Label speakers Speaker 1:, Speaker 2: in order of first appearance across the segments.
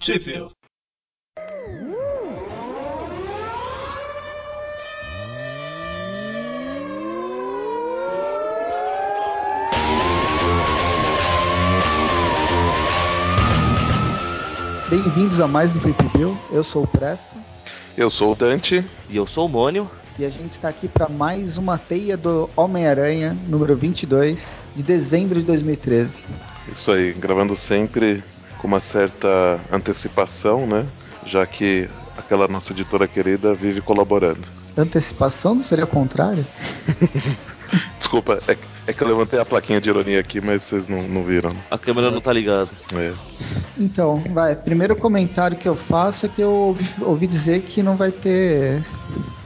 Speaker 1: Tipo.
Speaker 2: Bem-vindos a mais um Trip View. Eu sou o Presto
Speaker 3: Eu sou o Dante.
Speaker 4: E eu sou o Mônio.
Speaker 2: e a gente está aqui para mais uma teia do Homem-Aranha, número 22, de dezembro de 2013.
Speaker 3: Isso aí, gravando sempre com uma certa antecipação, né? Já que aquela nossa editora querida vive colaborando.
Speaker 2: Antecipação não seria o contrário?
Speaker 3: Desculpa, é, é que eu levantei a plaquinha de ironia aqui, mas vocês não, não viram.
Speaker 4: A câmera não tá ligada.
Speaker 3: É.
Speaker 2: Então, vai. Primeiro comentário que eu faço é que eu ouvi, ouvi dizer que não vai ter.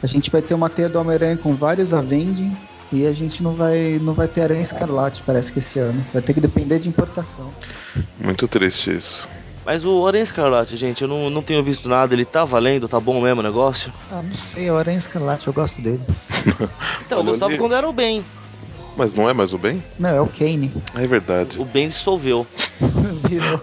Speaker 2: A gente vai ter uma teia do Homem-Aranha com vários Avenging e a gente não vai, não vai ter Aranha Escarlate, parece que esse ano. Vai ter que depender de importação.
Speaker 3: Muito triste isso.
Speaker 4: Mas o Aranha Escarlate, gente, eu não, não tenho visto nada. Ele tá valendo, tá bom mesmo o negócio?
Speaker 2: Ah, não sei, é o Aranha Escarlate, eu gosto dele.
Speaker 4: Então, eu
Speaker 3: Olha
Speaker 4: gostava
Speaker 3: ali.
Speaker 4: quando era o Ben.
Speaker 3: Mas não é mais o bem?
Speaker 2: Não, é o Kane.
Speaker 3: É verdade.
Speaker 4: O Ben dissolveu.
Speaker 2: Virou,
Speaker 3: Virou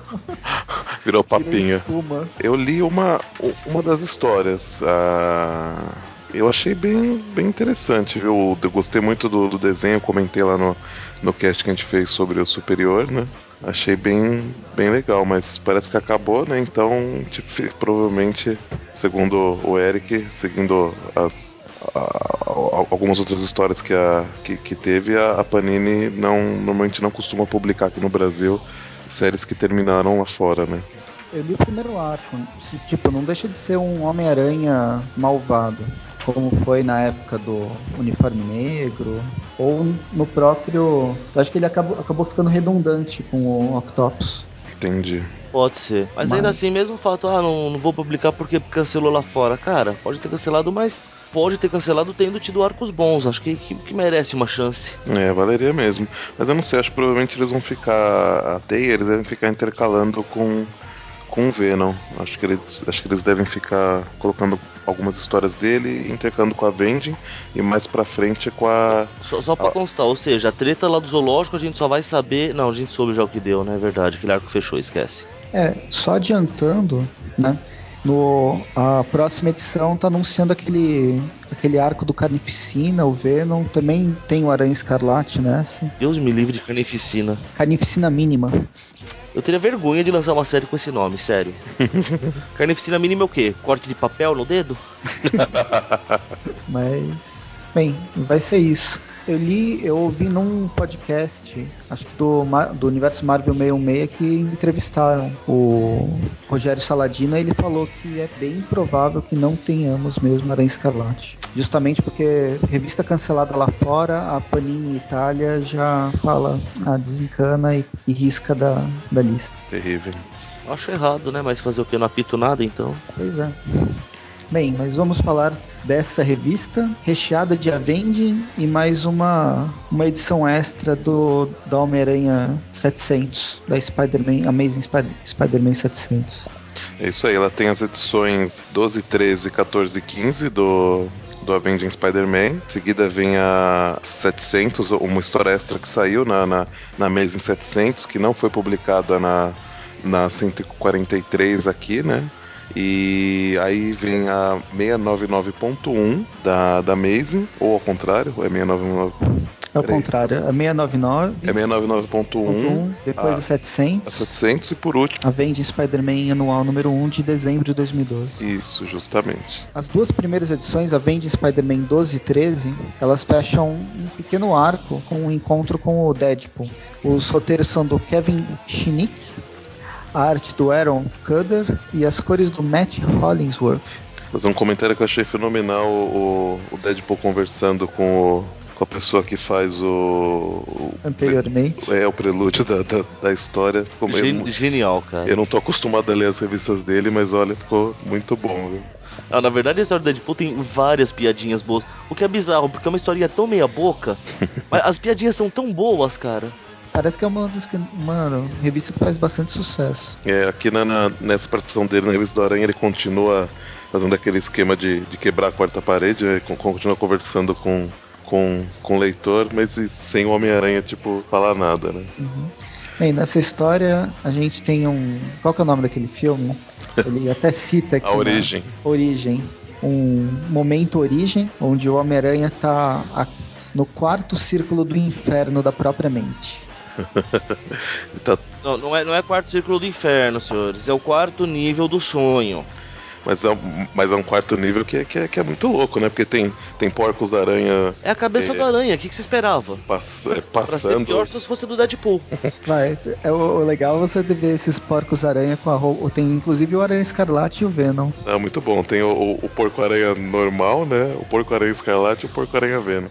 Speaker 2: virou
Speaker 3: papinha.
Speaker 2: espuma.
Speaker 3: Eu li uma, u- uma das histórias. a- Eu achei bem, bem interessante, viu? Eu gostei muito do, do desenho, comentei lá no, no cast que a gente fez sobre o Superior, né? Achei bem, bem legal, mas parece que acabou, né? Então, tipo, fi- provavelmente, segundo o Eric, seguindo as. a- a- a- algumas outras histórias que, a, que, que teve, a, a Panini não, normalmente não costuma publicar aqui no Brasil séries que terminaram lá fora, né?
Speaker 2: Eu li o primeiro arco. Se, Tipo, não deixa de ser um Homem-Aranha malvado. Como foi na época do Uniforme Negro. Ou no próprio. Eu acho que ele acabou, acabou ficando redundante com o Octopus.
Speaker 3: Entendi.
Speaker 4: Pode ser. Mas, ainda
Speaker 2: Mas-
Speaker 4: assim, mesmo o fato, ah, não, não vou publicar porque cancelou lá fora. Cara, pode ter cancelado, mas pode ter cancelado tendo tido arcos bons. Acho que, que, que merece uma chance.
Speaker 3: É, valeria mesmo. Mas eu não sei, acho que provavelmente eles vão ficar. A teia, eles devem ficar intercalando com com o Venom. Acho que eles, acho que eles devem ficar colocando algumas histórias dele, intercalando com a Vending e mais pra frente é com a.
Speaker 4: Só, só pra
Speaker 3: Ah.
Speaker 4: constar, ou seja, a treta lá do zoológico a gente só vai saber. Não, a gente soube já o que deu, né? É verdade, aquele arco fechou, esquece.
Speaker 2: É, só adiantando, né? No, a próxima edição tá anunciando aquele, aquele arco do Carnificina, o Venom. Também tem o Aranha Escarlate nessa.
Speaker 4: Deus me livre de carnificina.
Speaker 2: Carnificina mínima.
Speaker 4: Eu teria vergonha de lançar uma série com esse nome, sério. Carnificina mínima é o quê? Corte de papel no dedo?
Speaker 2: Mas, bem, vai ser isso. Eu li, eu ouvi num podcast, acho que do, Ma- do Universo Marvel 66, que entrevistaram o Rogério Saladino e ele falou que é bem provável que não tenhamos mesmo Aranha Escarlate. Justamente porque revista cancelada lá fora, a Panini Itália já fala, ah, desencana e, e risca da, da lista.
Speaker 3: Terrível.
Speaker 4: Acho errado, né? Mas fazer o quê? Eu não apito nada, então.
Speaker 2: Pois é. Bem, mas vamos falar dessa revista recheada de Avenging e mais uma, uma edição extra do da Homem-Aranha 700, da Spider-Man, Amazing Spider- Spider-Man 700.
Speaker 3: É isso aí, ela tem as edições 12, 13, 14 e 15 do. Do Avenging Spider-Man. Em seguida vem a 700, uma história extra que saiu na, na, na mesa em 700, que não foi publicada na, na 143 aqui, né? E aí vem a 699.1 da, da Maze, ou ao contrário, é 699,
Speaker 2: É o
Speaker 3: Peraí.
Speaker 2: contrário, a
Speaker 3: é
Speaker 2: 699.1,
Speaker 3: 699.1
Speaker 2: depois
Speaker 3: ah.
Speaker 2: a 700,
Speaker 3: a 700 e por último.
Speaker 2: Avenging Spider-Man anual número 1 de dezembro de 2012.
Speaker 3: Isso, justamente.
Speaker 2: As duas primeiras edições, a Vende Spider-Man 12 e 13, elas fecham um pequeno arco com um encontro com o Deadpool. Os roteiros são do Kevin Chinick, a arte do Aaron Cutter e as cores do Matt Hollingsworth.
Speaker 3: Mas um comentário que eu achei fenomenal, o, o Deadpool conversando com, o- com a pessoa que faz o. o-
Speaker 2: Anteriormente,
Speaker 3: É, o prelúdio da, da, da história. Ficou meio-
Speaker 4: Gen- genial, cara.
Speaker 3: é Eu não tô acostumado a ler as revistas dele, mas olha, ficou muito bom, viu?
Speaker 4: Ah, na verdade, a história do Deadpool tem várias piadinhas boas. O que é bizarro, porque é uma historinha tão meia-boca. mas as piadinhas são tão boas, cara.
Speaker 2: parece que é uma das que, mano, revista que faz bastante sucesso.
Speaker 3: É, aqui na, na- nessa participação dele na revista do Aranha, ele continua fazendo aquele esquema de, de quebrar a quarta parede, né? Con- continua conversando com, com, com o leitor, mas e sem o Homem-Aranha, tipo, falar nada, né?
Speaker 2: Bem, nessa história a gente tem um, qual que é o nome daquele filme? Ele até cita aqui. né?
Speaker 3: A origem.
Speaker 2: na Origem. Um momento origem, onde o Homem-Aranha tá a- no quarto círculo do inferno da própria mente.
Speaker 3: Ele tá-
Speaker 4: Não, não é, não é quarto círculo do inferno, senhores. É o quarto nível do sonho.
Speaker 3: mas, é um, mas é um quarto nível que, é- que, é, que é muito louco, né? Porque tem, tem porcos da aranha
Speaker 4: É a cabeça
Speaker 3: É.
Speaker 4: da aranha. O que, que você esperava?
Speaker 3: pass- é,
Speaker 4: Pra ser
Speaker 3: passando.
Speaker 4: pior se fosse do Deadpool.
Speaker 2: Vai, é o, o legal é você ver esses porcos-aranha com a roupa. Tem inclusive o Aranha Escarlate e o Venom.
Speaker 3: É muito bom. Tem o, o- o porco-aranha normal, né? O porco-aranha escarlate e o porco-aranha veno.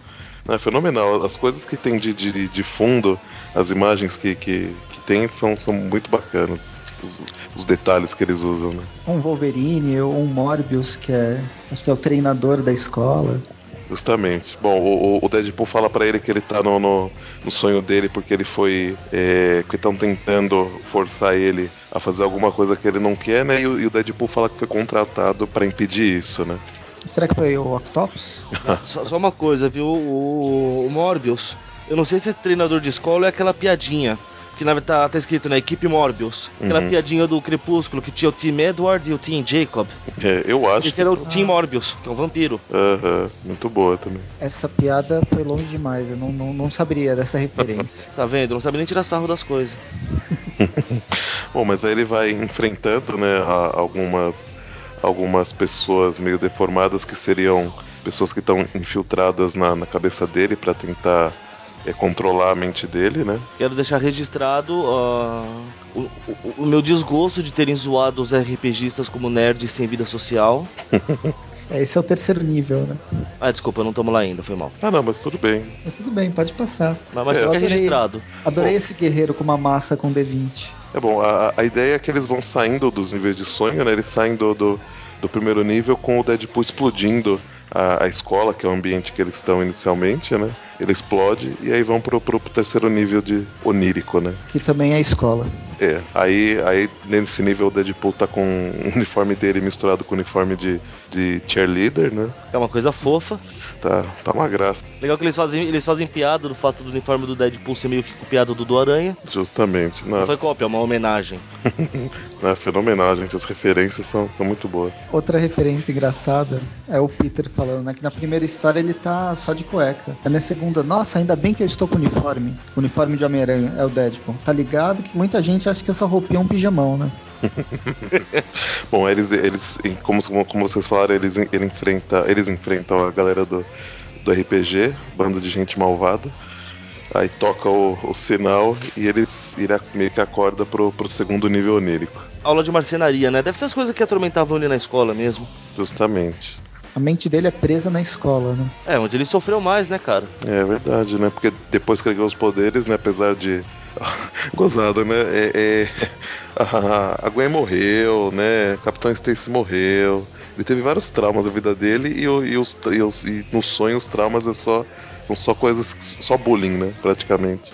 Speaker 3: É fenomenal. As coisas que tem de, de, de fundo, as imagens que, que, que tem são, são muito bacanas. Os, os detalhes que eles usam, né?
Speaker 2: Um Wolverine, um Morbius, que é. Acho que é o treinador da escola.
Speaker 3: Justamente. Bom, o, o- o Deadpool fala pra ele que ele tá no, no, no sonho dele porque ele foi. É, que estão tentando forçar ele a fazer alguma coisa que ele não quer, né? E, o- e o Deadpool fala que foi contratado pra impedir isso, né?
Speaker 2: Será que foi o Octopus?
Speaker 4: Só, só uma coisa, viu? O, o Morbius. Eu não sei se é treinador de escola ou é aquela piadinha. Que na verdade tá, tá escrito na equipe Morbius. Aquela
Speaker 3: Uhum.
Speaker 4: piadinha do Crepúsculo que tinha o Team Edward e o Team Jacob.
Speaker 3: É, eu acho.
Speaker 4: Esse era o Team Morbius, que é um vampiro.
Speaker 3: Aham, muito boa também.
Speaker 2: Essa piada foi longe demais, eu não, não, não saberia dessa referência.
Speaker 4: Tá vendo? Não sabe nem tirar sarro das coisas.
Speaker 3: Bom, mas aí ele vai enfrentando, né, a- algumas, algumas pessoas meio deformadas que seriam pessoas que estão infiltradas na, na cabeça dele pra tentar é, controlar a mente dele, né?
Speaker 4: Quero deixar registrado ah, o, o- o meu desgosto de terem zoado os RPGistas como nerds sem vida social.
Speaker 2: É, Esse é o terceiro nível, né?
Speaker 4: Ah, desculpa, não estamos lá ainda, foi mal.
Speaker 3: Ah, não, mas tudo bem.
Speaker 2: Mas tudo bem, pode passar.
Speaker 4: Mas, mas
Speaker 3: É,
Speaker 4: fica
Speaker 2: eu adorei.
Speaker 4: registrado.
Speaker 2: Adorei esse guerreiro com uma massa com D20.
Speaker 3: É bom, a, a ideia é que eles vão saindo dos níveis de sonho, né? Eles saem do, do, do primeiro nível com o Deadpool explodindo a, a escola, que é o ambiente que eles estão inicialmente, né? Ele explode e aí vão pro, pro terceiro nível de onírico, né?
Speaker 2: Que também é escola.
Speaker 3: É, aí, aí nesse nível o Deadpool tá com o uniforme dele misturado com o uniforme de, de cheerleader, né?
Speaker 4: É uma coisa fofa.
Speaker 3: Tá, tá uma graça,
Speaker 4: Legal que eles fazem, eles fazem piada do fato do uniforme do Deadpool ser meio que copiado do do Aranha.
Speaker 3: justamente. Não,
Speaker 4: Não foi cópia, é uma homenagem.
Speaker 3: não, é fenomenal, gente. As referências são, são muito boas.
Speaker 2: Outra referência engraçada é o Peter falando, né? Que na primeira história ele tá só de cueca. Aí Na segunda, nossa, ainda bem que eu estou com uniforme. Uniforme de Homem-Aranha, é o Deadpool. Tá ligado que muita gente acha que essa roupinha é um pijamão, né?
Speaker 3: Bom, eles, eles em- como, como- como vocês falaram, eles, en- ele enfrenta, eles enfrentam a galera do, do RPG, bando de gente malvada. Aí toca o, o sinal e eles ele ac- meio que acorda pro, pro segundo nível onírico,
Speaker 4: Aula de marcenaria, né? Deve ser as coisas que atormentavam ele na escola mesmo.
Speaker 3: justamente.
Speaker 2: A mente dele é presa na escola, né?
Speaker 4: É, onde ele sofreu mais, né, cara?
Speaker 3: É verdade, né? Porque depois que ele ganhou os poderes, né? Apesar de. Gozada, né? É, é- A, a Gwen morreu, né? Capitão Stacy morreu. Ele teve vários traumas na vida dele e, o- e os, e, os, e no sonho os traumas é só, são só coisas. que- só bullying, né? Praticamente.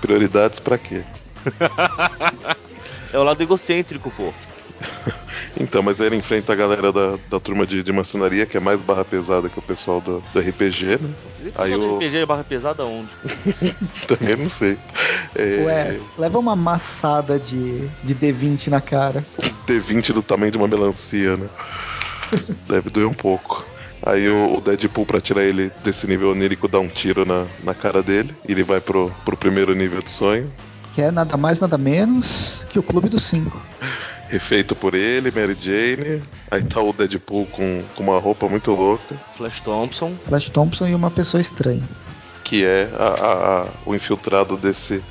Speaker 3: Prioridades pra quê?
Speaker 4: É o lado egocêntrico, pô.
Speaker 3: Então, mas aí ele enfrenta a galera da, da turma de, de maçonaria, que é mais barra pesada que o pessoal do, do RPG, né?
Speaker 4: Ele um
Speaker 3: Aí
Speaker 4: Aí
Speaker 3: o-
Speaker 4: RPG barra pesada onde?
Speaker 3: Também não sei. É,
Speaker 2: Ué, leva uma amassada de, de D20 na cara.
Speaker 3: D20 do tamanho de uma melancia, né? Deve doer um pouco. Aí o o Deadpool, pra tirar ele desse nível onírico, dá um tiro na, na cara dele. E ele vai pro, pro primeiro nível de sonho.
Speaker 2: Que é nada mais, nada menos que o Clube dos Cinco.
Speaker 3: Refeito por ele, Mary Jane. Aí tá o Deadpool com, com uma roupa muito louca,
Speaker 4: Flash Thompson.
Speaker 2: Flash Thompson e uma pessoa estranha.
Speaker 3: que é a- a- a- o infiltrado desse,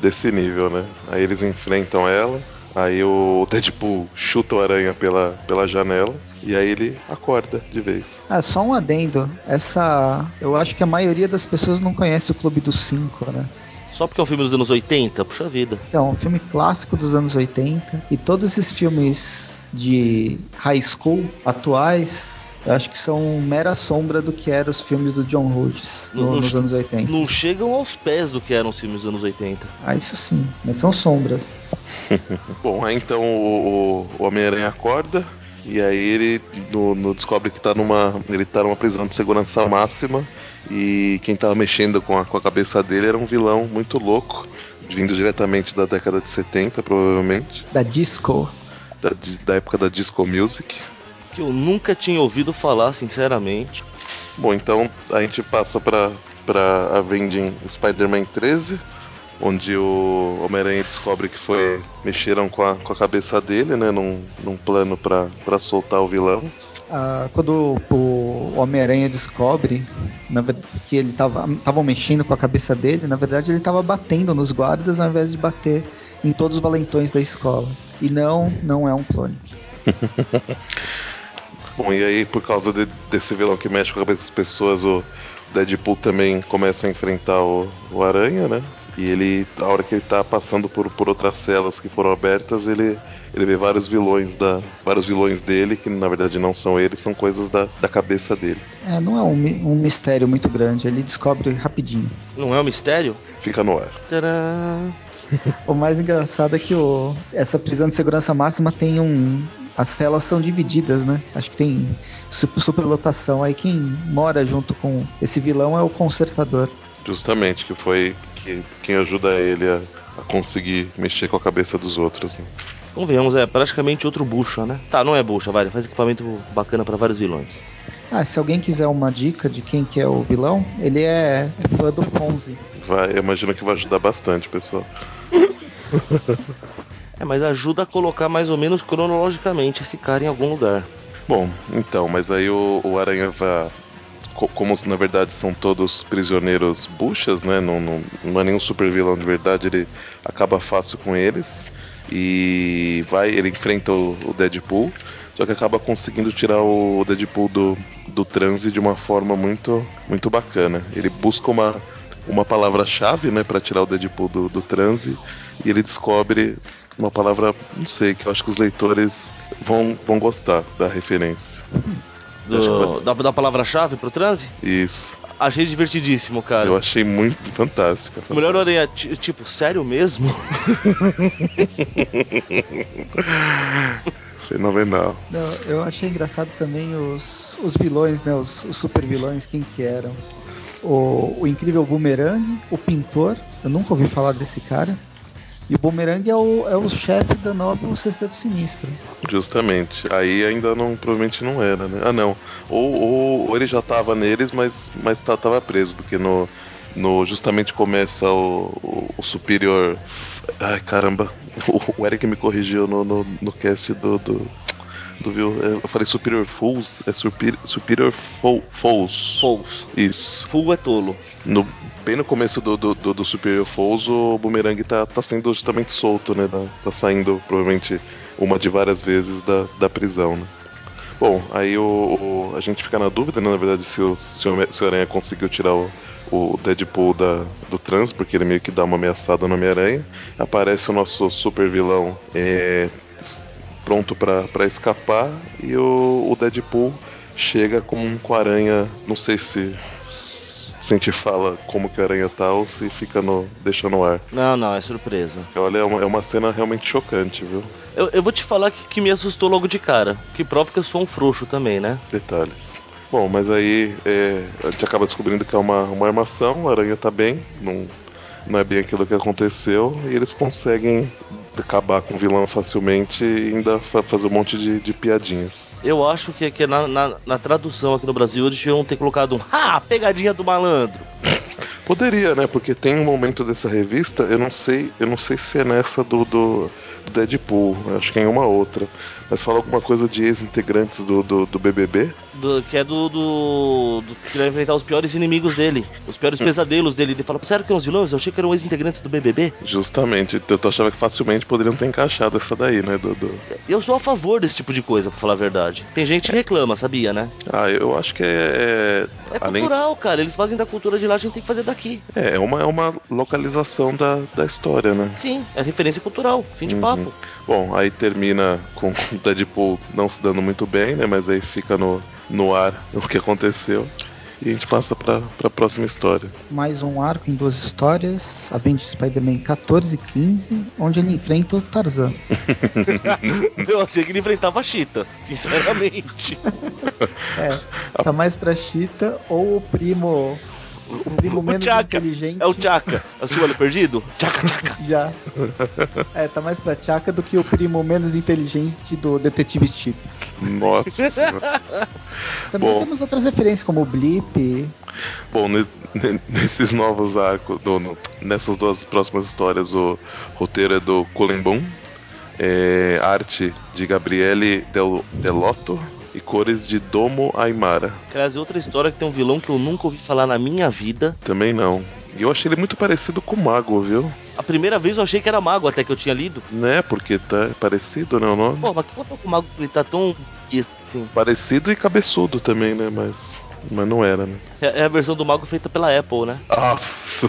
Speaker 3: desse nível, né? Aí eles enfrentam ela. Aí o Deadpool chuta o aranha pela, pela janela. E aí ele acorda de vez.
Speaker 2: Ah, só um adendo. Essa. Eu acho que a maioria das pessoas não conhece o Clube dos Cinco, né?
Speaker 4: Só porque é um filme dos anos 80? Puxa vida.
Speaker 2: Então, um filme clássico dos anos 80. E todos esses filmes de high school atuais, eu acho que são mera sombra do que eram os filmes do John Hughes no-
Speaker 4: Não-
Speaker 2: nos anos 80.
Speaker 4: Não chegam aos pés do que eram os filmes dos anos 80.
Speaker 2: Ah, isso sim, mas são sombras.
Speaker 3: Bom, aí então o, o- o Homem-Aranha acorda e aí ele no, no- descobre que tá numa, ele tá numa prisão de segurança máxima e quem tava mexendo com a, com a cabeça dele era um vilão muito louco, vindo diretamente da década de 70, provavelmente.
Speaker 2: Da disco.
Speaker 3: da, da época da disco music.
Speaker 4: Que eu nunca tinha ouvido falar, sinceramente.
Speaker 3: Bom, então a gente passa para para Avenging Spider-Man 13, onde o Homem-Aranha descobre que foi mexeram com a, com a cabeça dele, né, num, num plano para soltar o vilão.
Speaker 2: Ah, quando o Homem-Aranha descobre verdade, que ele tava estavam mexendo com a cabeça dele, na verdade ele estava batendo nos guardas ao invés de bater em todos os valentões da escola. E não, não é um clone.
Speaker 3: Bom, e aí por causa de, desse vilão que mexe com a cabeça das pessoas, o Deadpool também começa a enfrentar o, o Aranha, né? E ele, a hora que ele tá passando por, por outras celas que foram abertas, ele, ele vê vários vilões da vários vilões dele que na verdade não são ele, são coisas da, da cabeça dele.
Speaker 2: É, não é um, um mistério muito grande, ele descobre rapidinho.
Speaker 4: Não é um mistério?
Speaker 3: Fica no ar.
Speaker 4: Tcharam.
Speaker 2: o mais engraçado é que o, essa prisão de segurança máxima tem um, as celas são divididas, né? Acho que tem superlotação. Aí quem mora junto com esse vilão é o consertador.
Speaker 3: Justamente, que foi que, quem ajuda ele a, a, conseguir mexer com a cabeça dos outros. Né?
Speaker 4: Convenhamos, é praticamente outro bucha, né? Tá, não é bucha, vai, faz equipamento bacana para vários vilões.
Speaker 2: Ah, se alguém quiser uma dica de quem que é o vilão, ele é, é fã do Fonzi.
Speaker 3: Vai, imagino que vai ajudar bastante, pessoal.
Speaker 4: É, mas ajuda a colocar mais ou menos cronologicamente esse cara em algum lugar.
Speaker 3: Bom, então, mas aí o, o Aranha vai. Co como na verdade são todos prisioneiros buchas, né? Não, não, não é nenhum super vilão de verdade, ele acaba fácil com eles. E vai, ele enfrenta o, o Deadpool, só que acaba conseguindo tirar o Deadpool do, do transe de uma forma muito, muito bacana. Ele busca uma, uma palavra-chave, né, para tirar o Deadpool do, do transe, e ele descobre uma palavra, não sei, que eu acho que os leitores vão, vão gostar da referência.
Speaker 4: Do, da, da palavra-chave pro transe?
Speaker 3: Isso.
Speaker 4: Achei divertidíssimo, cara.
Speaker 3: Eu achei muito fantástica.
Speaker 4: O melhor aranha, tipo, sério mesmo?
Speaker 3: Fenomenal.
Speaker 2: Não, eu achei engraçado também os, os vilões, né? Os, os super vilões, quem que eram? O, o incrível Boomerang, o Pintor, eu nunca ouvi falar desse cara. E o Boomerang é o, é o chefe da nova Sexteto Sinistro.
Speaker 3: Justamente. Aí ainda não, provavelmente não era, né? Ah, não. Ou, ou, ou ele já estava neles, mas, mas tá, tava preso, porque no, no justamente começa o, o, o Superior. Ai, caramba. O, o Eric me corrigiu no, no, no cast do. do... Do, eu falei Superior Fools, é Superior, superior fo, Fools.
Speaker 4: Fools.
Speaker 3: Isso.
Speaker 4: Fool é tolo.
Speaker 3: No, bem no começo do, do, do, do Superior Foes, o Boomerang tá, tá sendo justamente solto, né? Tá, tá, saindo provavelmente uma de várias vezes da, da prisão, né? Bom, aí o, o a gente fica na dúvida, né, na verdade, se o, se o, se o Aranha conseguiu tirar o, o Deadpool da, do trans, porque ele meio que dá uma ameaçada no Homem-Aranha. Aparece o nosso super vilão é, pronto para escapar e o, o Deadpool chega com, um com a aranha, não sei se sentir fala como que o aranha tá ou se fica no, deixa no ar.
Speaker 4: Não, não, é surpresa.
Speaker 3: Olha, é uma, é uma cena realmente chocante, viu?
Speaker 4: Eu, eu vou te falar que, que me assustou logo de cara, que prova que eu sou um frouxo também, né?
Speaker 3: Detalhes. Bom, mas aí é, a gente acaba descobrindo que é uma, uma armação, o aranha tá bem, não, não é bem aquilo que aconteceu, e eles conseguem acabar com o vilão facilmente e ainda fa fazer um monte de, de, piadinhas.
Speaker 4: Eu acho que, que na, na, na, tradução aqui no Brasil eles deviam ter colocado um Ha! Pegadinha do malandro!
Speaker 3: Poderia, né? Porque tem um momento dessa revista, eu não sei, eu não sei se é nessa do, do, do Deadpool, acho que é em uma outra. Mas fala alguma coisa de ex-integrantes do, do, do, BBB?
Speaker 4: Do, que é do, do, do, que vai enfrentar os piores inimigos dele, os piores hum. pesadelos dele. Ele fala: Sério que eram os vilões? Eu achei que eram ex-integrantes do BBB.
Speaker 3: Justamente, eu achava que facilmente poderiam ter encaixado essa daí, né, Dudu?
Speaker 4: Eu sou a favor desse tipo de coisa, pra falar a verdade. Tem gente que reclama, sabia, né?
Speaker 3: Ah, eu acho que é.
Speaker 4: É, é cultural, além... cara. Eles fazem da cultura de lá, a gente tem que fazer daqui.
Speaker 3: É, é uma, é uma localização da, da história, né?
Speaker 4: Sim, é referência cultural. Fim de uhum. papo.
Speaker 3: Bom, aí termina com o Deadpool não se dando muito bem, né? Mas aí fica no, no ar o que aconteceu. E a gente passa para a próxima história.
Speaker 2: Mais um arco em duas histórias, Avengers Spider-Man 14 e 15, onde ele enfrenta o Tarzan.
Speaker 4: Eu achei que ele enfrentava a Cheetah, sinceramente.
Speaker 2: é, tá mais pra Cheetah ou o primo O primo menos
Speaker 4: Chaka.
Speaker 2: inteligente.
Speaker 4: É o Tchaka. Assistiu o Olho Perdido? Tchaka, Tchaka.
Speaker 2: Já. É, tá mais pra tchaca do que o primo menos inteligente do Detetive Chip.
Speaker 3: Nossa senhora.
Speaker 2: Também
Speaker 3: Bom.
Speaker 2: temos outras referências, como o Blip.
Speaker 3: Bom, ne- ne- nesses novos arcos, no- no- nessas duas próximas histórias, o roteiro é do Colin Boom, é, arte de Gabriele Del, Delotto e cores de Domo Aymara.
Speaker 4: Aliás, e outra história que tem um vilão que eu nunca ouvi falar na minha vida.
Speaker 3: Também não. E eu achei ele muito parecido com o Mago, viu?
Speaker 4: A primeira vez eu achei que era mago até que eu tinha lido.
Speaker 3: Né? Porque tá parecido, né? O nome?
Speaker 4: Pô, mas o que aconteceu com o mago que ele tá tão. Assim,
Speaker 3: Parecido e cabeçudo também, né? Mas, mas não era, né?
Speaker 4: é é a versão do mago feita pela Apple, né?
Speaker 3: Nossa!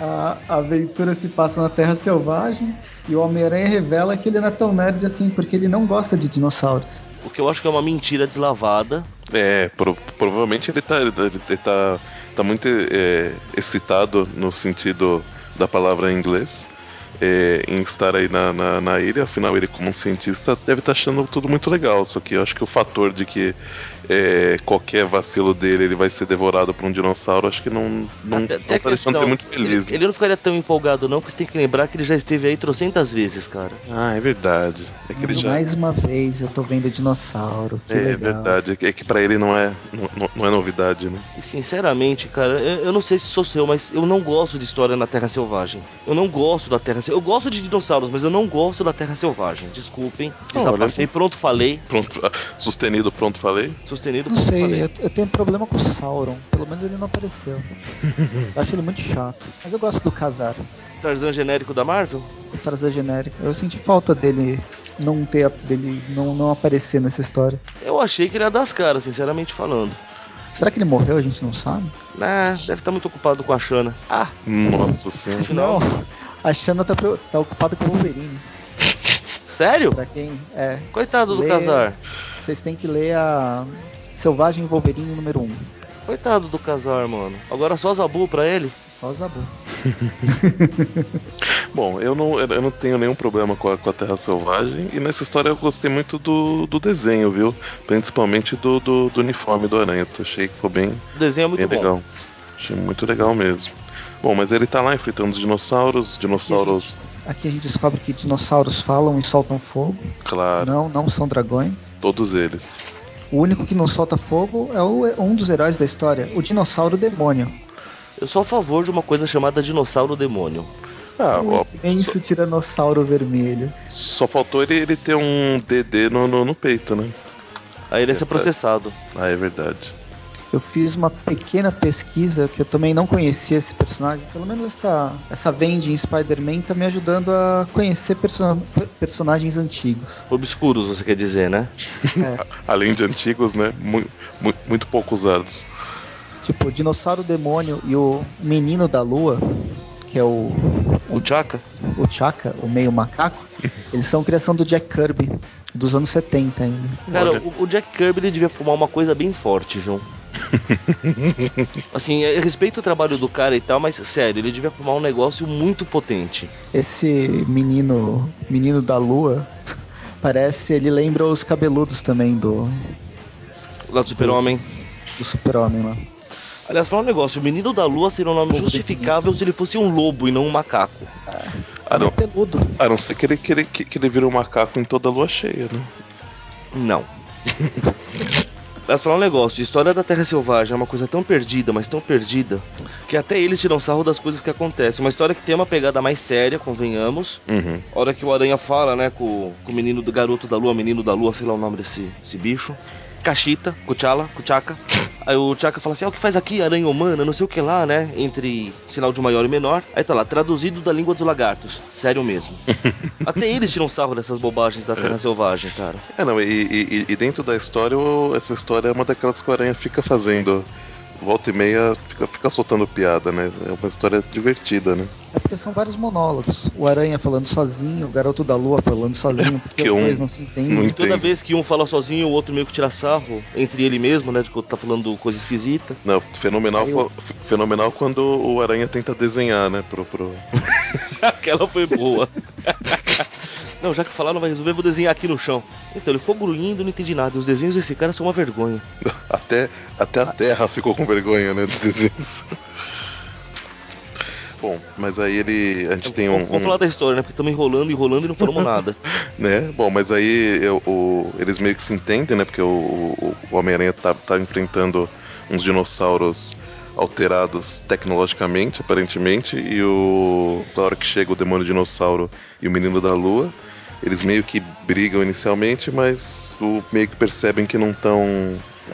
Speaker 2: A aventura se passa na Terra Selvagem. E o Homem-Aranha revela que ele não é tão nerd assim, porque ele não gosta de dinossauros.
Speaker 4: O que eu acho que é uma mentira deslavada.
Speaker 3: É, pro- provavelmente ele tá, ele, ele tá, tá muito é, excitado no sentido da palavra em inglês. é, em estar aí na, na, na ilha, afinal ele como um cientista deve estar achando tudo muito legal, só que eu acho que o fator de que é, qualquer vacilo dele ele vai ser devorado por um dinossauro, acho que não, não,
Speaker 4: até,
Speaker 3: não
Speaker 4: até a
Speaker 3: tá deixando
Speaker 4: questão.
Speaker 3: ele muito feliz.
Speaker 4: ele, ele não ficaria tão empolgado, não, porque você tem que lembrar que ele já esteve aí trocentas vezes, cara.
Speaker 3: Ah, é verdade. É que ele já...
Speaker 2: Mais uma vez eu tô vendo dinossauro. Que
Speaker 3: É,
Speaker 2: legal.
Speaker 3: verdade, é que- é que pra ele não é, não, não é novidade, né?
Speaker 4: E sinceramente, cara, eu, eu não sei se sou eu, mas eu não gosto de história na Terra Selvagem. Eu não gosto da Terra Selvagem. Eu gosto de dinossauros, mas eu não gosto da Terra Selvagem. Desculpem. Desabafei, pronto, falei.
Speaker 3: Pronto, ah, sustenido, pronto, falei.
Speaker 4: Sustenido,
Speaker 2: Não
Speaker 4: pronto,
Speaker 2: sei,
Speaker 4: falei.
Speaker 2: eu, eu tenho problema com o Sauron. Pelo menos ele não apareceu. eu acho ele muito chato. Mas eu gosto do Casar.
Speaker 4: Tarzan genérico da Marvel?
Speaker 2: O Tarzan genérico. Eu senti falta dele não ter dele não, não aparecer nessa história.
Speaker 4: Eu achei que ele ia dar as caras, sinceramente falando.
Speaker 2: Será que ele morreu? A gente não sabe.
Speaker 4: Ah, deve estar muito ocupado com a Shana. Ah,
Speaker 3: Nossa senhora.
Speaker 4: Não.
Speaker 2: A Xana tá, pre- tá ocupada com o Wolverine.
Speaker 4: sério?
Speaker 2: Pra quem é,
Speaker 4: Coitado do
Speaker 2: Lê.
Speaker 4: Casar.
Speaker 2: vocês têm que ler a Selvagem Wolverine número 1.
Speaker 4: Coitado do Casar, mano. Agora só Zabu pra ele?
Speaker 2: Só Zabu.
Speaker 3: Bom, eu não, eu não tenho nenhum problema com a, com a Terra Selvagem. E nessa história eu gostei muito do, do desenho, viu? Principalmente do, do, do uniforme do Aranha. Eu achei que ficou bem,
Speaker 4: O desenho é muito
Speaker 3: bem
Speaker 4: bom.
Speaker 3: legal. Achei muito legal mesmo. Bom, mas ele tá lá enfrentando os dinossauros. Dinossauros,
Speaker 2: Aqui a gente descobre que dinossauros falam e soltam fogo.
Speaker 3: claro,
Speaker 2: Não, não são dragões.
Speaker 3: todos eles.
Speaker 2: O único que não solta fogo é o- um dos heróis da história, o dinossauro demônio.
Speaker 4: Eu sou a favor de uma coisa chamada Dinossauro Demônio.
Speaker 3: Ah, ó,
Speaker 2: o Um imenso tiranossauro vermelho.
Speaker 3: só faltou ele, ele ter um DD no, no, no peito, né?
Speaker 4: Aí ele ia ser
Speaker 3: Verdade.
Speaker 4: processado.
Speaker 3: Ah, é verdade.
Speaker 2: Eu fiz uma pequena pesquisa que eu também não conhecia esse personagem. Pelo menos essa, essa vende em Spider-Man tá me ajudando a conhecer persona- per- personagens antigos.
Speaker 4: Obscuros, você quer dizer, né?
Speaker 3: Além de antigos, né? Mu- mu- muito pouco usados.
Speaker 2: Tipo, o dinossauro demônio e o menino da lua, que é o,
Speaker 4: O Chaka?
Speaker 2: o Chaka, o meio macaco, eles são criação do Jack Kirby, dos anos 70 ainda.
Speaker 4: Cara,
Speaker 3: Olha.
Speaker 4: o, o Jack Kirby ele devia fumar uma coisa bem forte, viu? assim, eu respeito o trabalho do cara e tal, mas sério, ele devia fumar um negócio muito potente.
Speaker 2: Esse menino, menino da lua, parece, ele lembra os cabeludos também do,
Speaker 4: Lá do Super-Homem.
Speaker 2: do super-homem lá.
Speaker 4: Aliás, falar um negócio: o Menino da Lua seria um nome
Speaker 2: Lobo
Speaker 4: justificável se ele fosse um lobo e não um macaco.
Speaker 3: Ah,
Speaker 2: Ele é
Speaker 3: não.
Speaker 2: peludo.
Speaker 3: A não ser que ele, que ele, que que ele vira um macaco em toda a lua cheia, né?
Speaker 4: Não. Mas falar um negócio, a história da Terra Selvagem é uma coisa tão perdida, mas tão perdida, que até eles tiram sarro das coisas que acontecem. Uma história que tem uma pegada mais séria, convenhamos.
Speaker 3: Uhum.
Speaker 4: A hora que o Aranha fala, né, com, com o menino do garoto da lua, menino da lua, sei lá o nome desse, desse bicho. Cachita, Cuchala, Cuchaca. Aí o Chaka fala assim: ah, o que faz aqui, aranha humana, não sei o que lá, né? Entre sinal de maior e menor. Aí tá lá, traduzido da língua dos lagartos. Sério mesmo. Até eles tiram sarro dessas bobagens da Terra Selvagem, cara.
Speaker 3: É, não, e, e- e dentro da história, o- essa história é uma daquelas que o Aranha fica fazendo. Volta e meia, fica, fica soltando piada, né? É uma história divertida, né?
Speaker 2: É porque são vários monólogos. O Aranha falando sozinho, o Garoto da Lua falando sozinho, porque
Speaker 3: que
Speaker 2: os
Speaker 3: um-
Speaker 2: dois não se entendem.
Speaker 3: não
Speaker 4: E toda
Speaker 3: Entendo.
Speaker 4: vez que um fala sozinho, o outro meio que tira sarro entre ele mesmo, né? De que tá falando coisa esquisita.
Speaker 3: Não, fenomenal,
Speaker 2: Aí o-
Speaker 3: fo- f- fenomenal quando o Aranha tenta desenhar, né? Pro, pro...
Speaker 4: Aquela foi boa. Não, já que falar não vai resolver, vou desenhar aqui no chão. Então ele ficou grunhindo, não entendi nada. Os desenhos desse cara são uma vergonha.
Speaker 3: Até, até a Terra ficou com vergonha, né, dos desenhos. Bom, mas aí ele. A gente tem um.
Speaker 4: Vamos falar da história, né? Porque estamos enrolando, enrolando e não falamos nada.
Speaker 3: né? Bom, mas aí eu- o- eles meio que se entendem, né? Porque o, o- o Homem-Aranha tá, tá enfrentando uns dinossauros alterados tecnologicamente, aparentemente, e o. Na hora que chega o demônio dinossauro e o menino da lua, eles meio que brigam inicialmente, mas o, meio que percebem que não estão.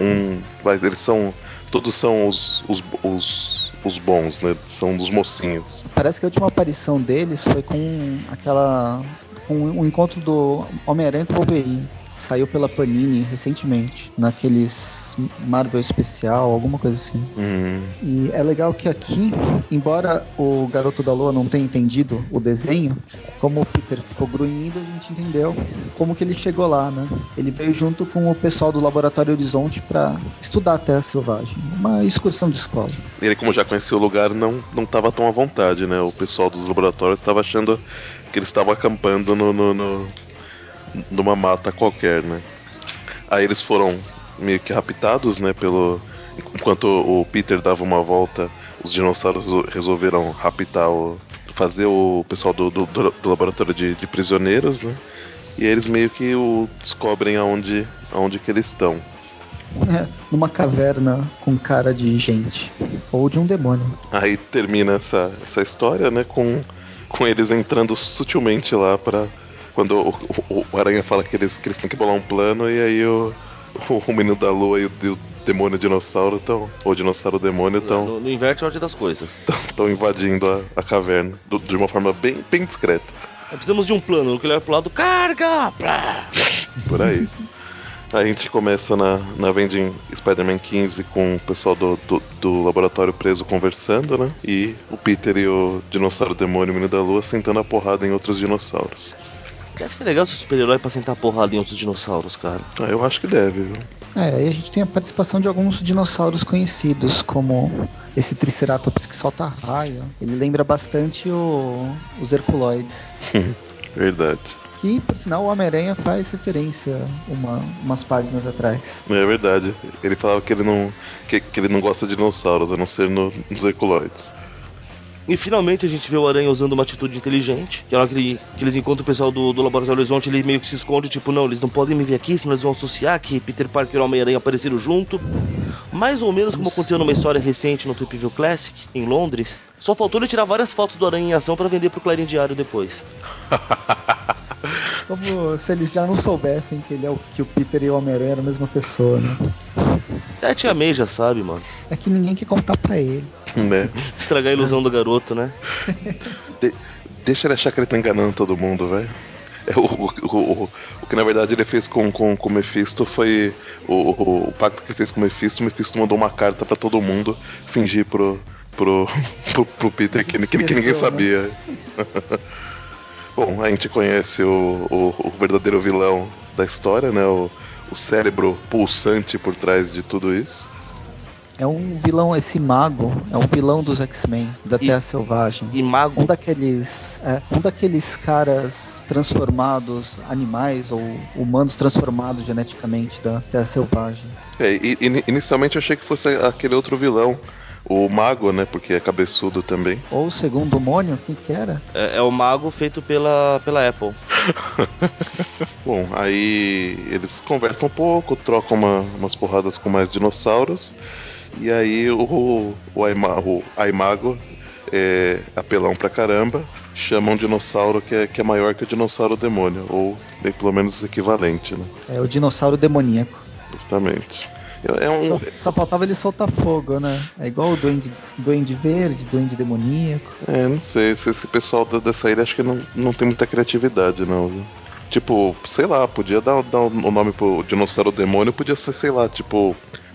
Speaker 3: Um, mas eles são. Todos são os, os, os, os bons, né? São dos mocinhos.
Speaker 2: Parece que a última aparição deles foi com aquela. com o encontro do Homem-Aranha com o Wolverine. que Saiu pela Panini recentemente, naqueles Marvel especial, alguma coisa assim.
Speaker 3: Hum.
Speaker 2: E é legal que aqui, embora o Garoto da Lua não tenha entendido o desenho, como o Peter ficou grunhindo, a gente entendeu como que ele chegou lá, né? Ele veio junto com o pessoal do Laboratório Horizonte para estudar a Terra Selvagem, uma excursão de escola.
Speaker 3: Ele, como já conhecia o lugar, não, não tava tão à vontade, né? O pessoal dos laboratórios estava achando que eles estavam acampando no, no, no- numa mata qualquer, né? Aí eles foram meio que raptados, né? Pelo... Enquanto o Peter dava uma volta, os dinossauros resol- resolveram raptar o... Fazer o pessoal do, do, do- do laboratório de, de prisioneiros, né? E eles meio que o descobrem aonde, aonde que eles estão.
Speaker 2: né? Numa caverna com cara de gente. Ou de um demônio.
Speaker 3: Aí termina essa, essa história, né? Com, com eles entrando sutilmente lá pra. Quando o, o- o Aranha fala que eles, que eles têm que bolar um plano, e aí o, o, menino da lua e o, e o demônio dinossauro estão. Ou dinossauro demônio estão
Speaker 4: No, no inverte a ordem das coisas.
Speaker 3: tão invadindo a, a caverna. do- de uma forma bem, bem discreta.
Speaker 4: Precisamos de um plano. No que ele olha pro lado, carga! Plá!
Speaker 3: Por aí. A gente começa na, na vending Spider-Man 15 com o pessoal do, do, do laboratório preso conversando, né? E o Peter e o dinossauro demônio, o menino da lua, sentando a porrada em outros dinossauros.
Speaker 4: Deve ser legal se o super-herói pra sentar porrada em outros dinossauros, cara.
Speaker 3: Ah, eu acho que deve, viu?
Speaker 2: É, e a gente tem a participação de alguns dinossauros conhecidos, como esse Triceratops que solta raio. Ele lembra bastante o, os Herculoides.
Speaker 3: Verdade.
Speaker 2: Que, por sinal, o Homem-Aranha faz referência uma, umas páginas atrás.
Speaker 3: É verdade. Ele falava que ele não, que, que ele não gosta de dinossauros, a não ser no- nos Herculoides.
Speaker 4: E finalmente a gente vê o Aranha usando uma atitude inteligente. Que na hora que, ele- que eles encontram o pessoal do, do Laboratório Horizonte, ele meio que se esconde, tipo, não, eles não podem me ver aqui, senão eles vão associar que Peter Parker e o Homem-Aranha apareceram junto. Mais ou menos como aconteceu numa história recente no Trip View Classic, em Londres. Só faltou ele tirar várias fotos do Aranha em ação pra vender pro Clarim Diário depois.
Speaker 2: Como se eles já não soubessem que ele é o que o Peter e o Homem-Aranha eram a mesma pessoa, né?
Speaker 4: Até a É, tia May já sabe, mano.
Speaker 2: É que ninguém quer contar pra ele.
Speaker 3: Né?
Speaker 4: Estragar a ilusão do garoto, né?
Speaker 3: Deixa ele achar que ele tá enganando todo mundo, velho. É, o, o, o- o que na verdade ele fez com, com, com o Mephisto foi. O, o- o pacto que ele fez com o Mephisto, o Mephisto mandou uma carta pra todo mundo fingir pro, pro, pro, pro Peter que, que- que ninguém
Speaker 2: Esqueceu,
Speaker 3: sabia. Bom, a gente conhece o, o, o verdadeiro vilão da história, né? O, o cérebro pulsante por trás de tudo isso.
Speaker 2: É um vilão, esse mago, é um vilão dos X-Men, da
Speaker 4: E-
Speaker 2: Terra Selvagem.
Speaker 4: E mago.
Speaker 2: Um daqueles, é, um daqueles caras transformados, animais ou humanos transformados geneticamente da Terra Selvagem.
Speaker 3: É, e- e- inicialmente eu achei que fosse aquele outro vilão, o mago, né? Porque é cabeçudo também.
Speaker 2: Ou segundo o Mônio, quem que era?
Speaker 4: É, é o mago feito pela, pela Apple.
Speaker 3: Bom, aí eles conversam um pouco, trocam uma- umas porradas com mais dinossauros, e aí o, o, Aima- o Aimago, é, apelão pra caramba, chama um dinossauro que é, que é maior que o dinossauro demônio, ou é, pelo menos equivalente, né?
Speaker 2: É o dinossauro demoníaco.
Speaker 3: Justamente. É- É um,
Speaker 2: Só, só faltava ele soltar fogo, né? É igual o Duende, Duende Verde, Duende Demoníaco.
Speaker 3: É, não sei. Esse, esse pessoal da- dessa ilha acho que não, não tem muita criatividade, não. viu? Tipo, sei lá, podia dar, dar um nome pro dinossauro demônio, podia ser, sei lá, tipo.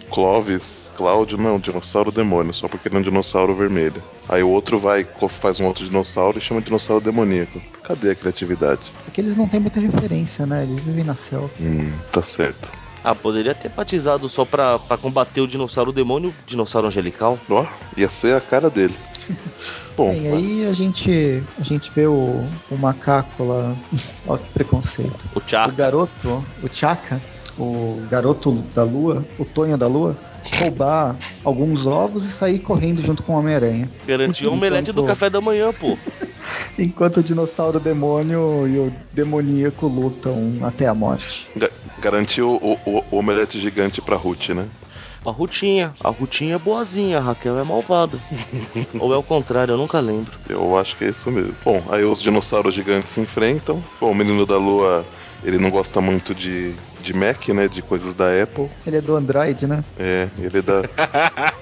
Speaker 3: Clovis, Cláudio, não, dinossauro demônio, só porque ele é um dinossauro vermelho. Aí o outro vai, co- faz um outro dinossauro e chama de dinossauro demoníaco. Cadê a criatividade?
Speaker 2: É que eles não têm muita referência, né? Eles vivem na selva.
Speaker 3: Hum, tá certo.
Speaker 4: Ah, poderia ter batizado só pra, pra combater o dinossauro demônio, dinossauro angelical.
Speaker 3: Ó, ia ser a cara dele. Bom,
Speaker 2: Bem, aí a gente, a gente vê o, o macaco lá. Ó, que preconceito.
Speaker 4: O
Speaker 2: O
Speaker 4: Tchaka.
Speaker 2: garoto, o Chaka, o garoto da lua, o Tonho da lua, roubar alguns ovos e sair correndo junto com o Homem-Aranha.
Speaker 4: Garantiu
Speaker 2: Então,
Speaker 4: o omelete do
Speaker 2: Enquanto-
Speaker 4: café da manhã, pô.
Speaker 2: Enquanto o dinossauro demônio e o demoníaco lutam até a morte.
Speaker 3: ga- garantiu o, o- o omelete gigante pra Ruth, né?
Speaker 4: A Rutinha. A Rutinha é boazinha, a Raquel é malvada. Ou é o contrário, eu nunca lembro.
Speaker 3: Eu acho que é isso mesmo. Bom, aí os dinossauros gigantes se enfrentam. Bom, o menino da lua, ele não gosta muito de, de Mac, né? De coisas da Apple.
Speaker 2: Ele é do Android, né?
Speaker 3: É, ele é da.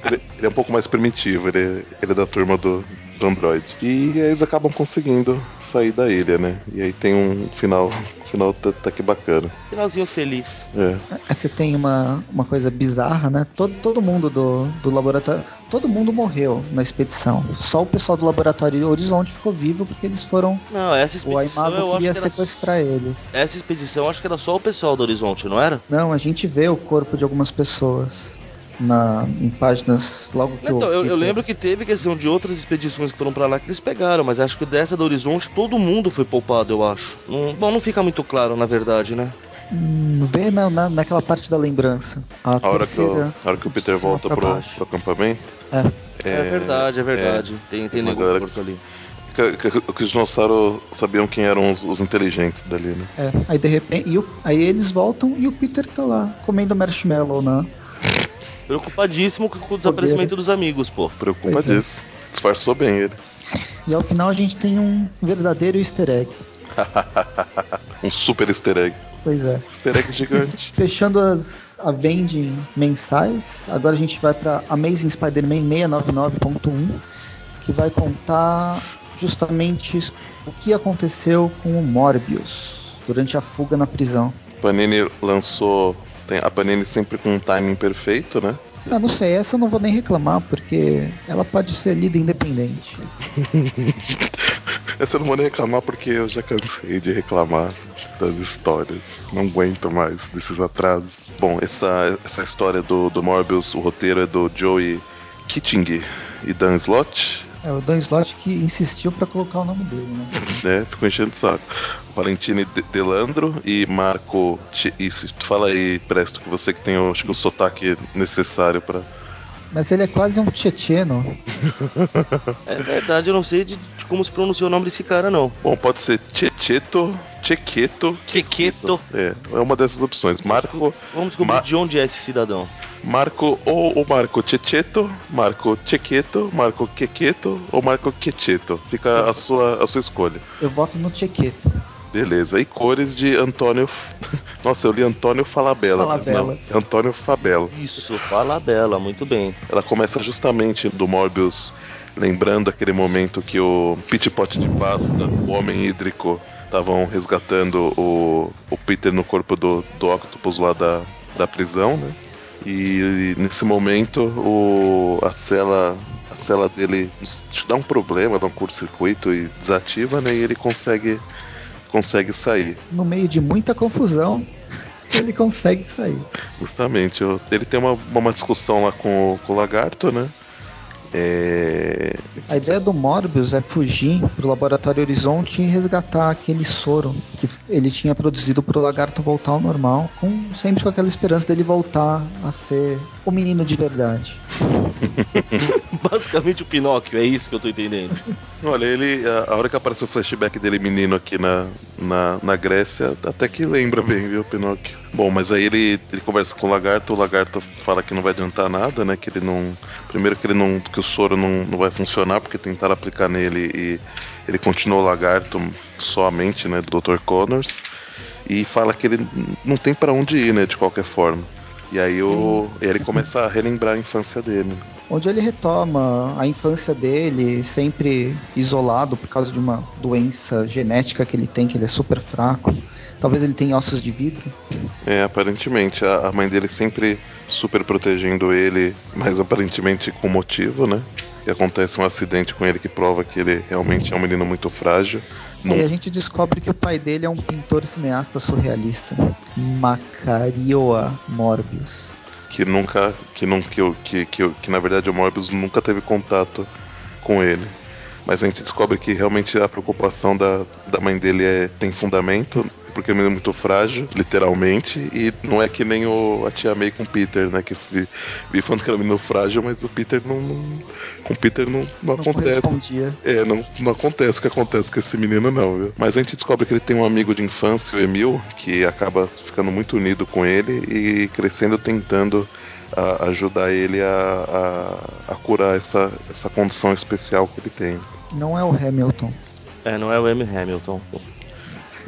Speaker 3: ele, ele é um pouco mais primitivo, ele, é- ele é da turma do, do Android. E eles acabam conseguindo sair da ilha, né? E aí tem um final. Final tá, tá que bacana.
Speaker 4: Finalzinho feliz.
Speaker 3: É.
Speaker 2: Aí Ah, Você tem uma, uma coisa bizarra, né? Todo, todo mundo do, do laboratório. Todo mundo morreu na expedição. Só o pessoal do laboratório Horizonte ficou vivo porque eles foram.
Speaker 4: Não, essa
Speaker 2: O
Speaker 4: expedição
Speaker 2: Aimago
Speaker 4: eu acho que
Speaker 2: queria
Speaker 4: era.
Speaker 2: sequestrar eles.
Speaker 4: Essa expedição eu acho que era só o pessoal do Horizonte, não era?
Speaker 2: Não, a gente vê o corpo de algumas pessoas na, em páginas logo que
Speaker 4: Então,
Speaker 2: o
Speaker 4: eu, eu
Speaker 2: Peter-
Speaker 4: lembro que teve questão de outras expedições que foram pra lá que eles pegaram, mas acho que dessa do Horizonte todo mundo foi poupado, eu acho. Não- bom, não fica muito claro, na verdade, né?
Speaker 2: Hum, vê na, na- naquela parte da lembrança. A,
Speaker 3: A hora, que o,
Speaker 2: terceira.
Speaker 3: a hora que o Peter
Speaker 2: de cima
Speaker 3: volta
Speaker 2: pra
Speaker 3: pro,
Speaker 2: baixo.
Speaker 3: pro acampamento.
Speaker 4: É, verdade, é verdade. Tem, tem
Speaker 3: Uma
Speaker 4: nego
Speaker 3: galera-
Speaker 4: morto ali.
Speaker 3: Que, que- que os dinossauros sabiam quem eram os, os inteligentes dali, né?
Speaker 2: É, aí de repente. E o- aí eles voltam e o Peter tá lá, comendo marshmallow, né?
Speaker 4: Preocupadíssimo com o desaparecimento dos amigos, pô.
Speaker 3: Preocupa
Speaker 2: Pois é.
Speaker 3: disso. Disfarçou bem ele.
Speaker 2: E ao final a gente tem um verdadeiro easter egg.
Speaker 3: Um super easter egg.
Speaker 2: Pois é.
Speaker 3: Easter egg gigante.
Speaker 2: Fechando as, a vending mensais, agora a gente vai para Amazing Spider-Man 699.1, que vai contar justamente o que aconteceu com o Morbius durante a fuga na prisão.
Speaker 3: Panini lançou. tem- a Panini sempre com um timing perfeito, né?
Speaker 2: Ah, não sei, essa eu não vou nem reclamar, porque ela pode ser lida independente.
Speaker 3: Essa eu não vou nem reclamar porque eu já cansei de reclamar das histórias. Não aguento mais desses atrasos. Bom, essa, essa história do, do Morbius, o roteiro é do Joey Kitting e Dan Slott.
Speaker 2: É o Dan Slott que insistiu para colocar o nome dele, né?
Speaker 3: né? Ficou enchendo o saco. Valentine De- Delandro e Marco. Ti- Isso, fala aí, Presto, que você que tem o, acho que o sotaque necessário pra.
Speaker 2: Mas ele é quase um tchetcheno.
Speaker 4: É verdade, eu não sei de, de como se pronuncia o nome desse cara, não.
Speaker 3: Bom, pode ser Checheto, Chequeto.
Speaker 4: Quequeto.
Speaker 3: É, é uma dessas opções. Marco,
Speaker 4: Vamos descobrir
Speaker 3: Ma-
Speaker 4: de onde é esse cidadão.
Speaker 3: Marco ou o Marco Checheto, Marco Chequeto, Marco Quequeto ou Marco Quecheto. Fica a sua, a sua escolha.
Speaker 2: Eu voto no tchequeto.
Speaker 3: Beleza. E cores de Antônio. F- Nossa, eu li Antônio Falabella. mas não.
Speaker 2: Falabella.
Speaker 3: É Antônio Fabella.
Speaker 4: Isso, fala bela, muito bem.
Speaker 3: Ela começa justamente do Morbius lembrando aquele momento que o Pit Pot de Pasta, o Homem Hídrico, estavam resgatando o, o Peter no corpo do, do Octopus lá da, da prisão, né? E, nesse momento o, a cela a cela dele te dá um problema, dá um curto-circuito e desativa, né? E ele consegue consegue sair.
Speaker 2: No meio de muita confusão, ele consegue sair.
Speaker 3: Justamente. eu- ele tem uma, uma discussão lá com, o- com o Lagarto, né? É,
Speaker 2: A ideia do Morbius é fugir pro Laboratório Horizonte e resgatar aquele soro que ele tinha produzido pro lagarto voltar ao normal, com, sempre com aquela esperança dele voltar a ser o menino de verdade.
Speaker 4: Basicamente o Pinóquio, é isso que eu tô entendendo.
Speaker 3: Olha, ele. A, a hora que aparece o flashback dele menino aqui na, na, na Grécia, até que lembra bem, viu, Pinóquio? Bom, mas aí ele, ele conversa com o lagarto, o lagarto fala que não vai adiantar nada, né? Que ele não. Primeiro que ele não. que o soro não, não vai funcionar, porque tentaram aplicar nele e ele continua o lagarto somente, né, do Dr. Connors. E fala que ele n- não tem pra onde ir, né, de qualquer forma. E aí o, ele começa a relembrar a infância dele.
Speaker 2: Onde ele retoma a infância dele, sempre isolado por causa de uma doença genética que ele tem, que ele é super fraco. Talvez ele tenha ossos de vidro.
Speaker 3: É, aparentemente. A, a mãe dele sempre super protegendo ele, mas aparentemente com motivo, né? E acontece um acidente com ele que prova que ele realmente é um menino muito frágil. Não.
Speaker 2: E a gente descobre que o pai dele é um pintor cineasta surrealista, Macarioa Morbius.
Speaker 3: Que nunca. Que, nunca que, que, que, que na verdade o Morbius nunca teve contato com ele. Mas a gente descobre que realmente a preocupação da, da mãe dele é, tem fundamento, porque ele é muito frágil, literalmente, e não é que nem o, a tia May com o Peter, né? Que vi, vi falando que era um menino frágil, mas o Peter não. não- com o Peter não, não,
Speaker 2: Não
Speaker 3: acontece.
Speaker 2: correspondia.
Speaker 3: É, não, não acontece o que acontece com esse menino, não, viu? Mas a gente descobre que ele tem um amigo de infância, o Emil, que acaba ficando muito unido com ele e crescendo tentando a- ajudar ele a, a- a curar essa, essa condição especial que ele tem.
Speaker 2: Não é o Hamilton.
Speaker 4: É, não é o M. Hamilton.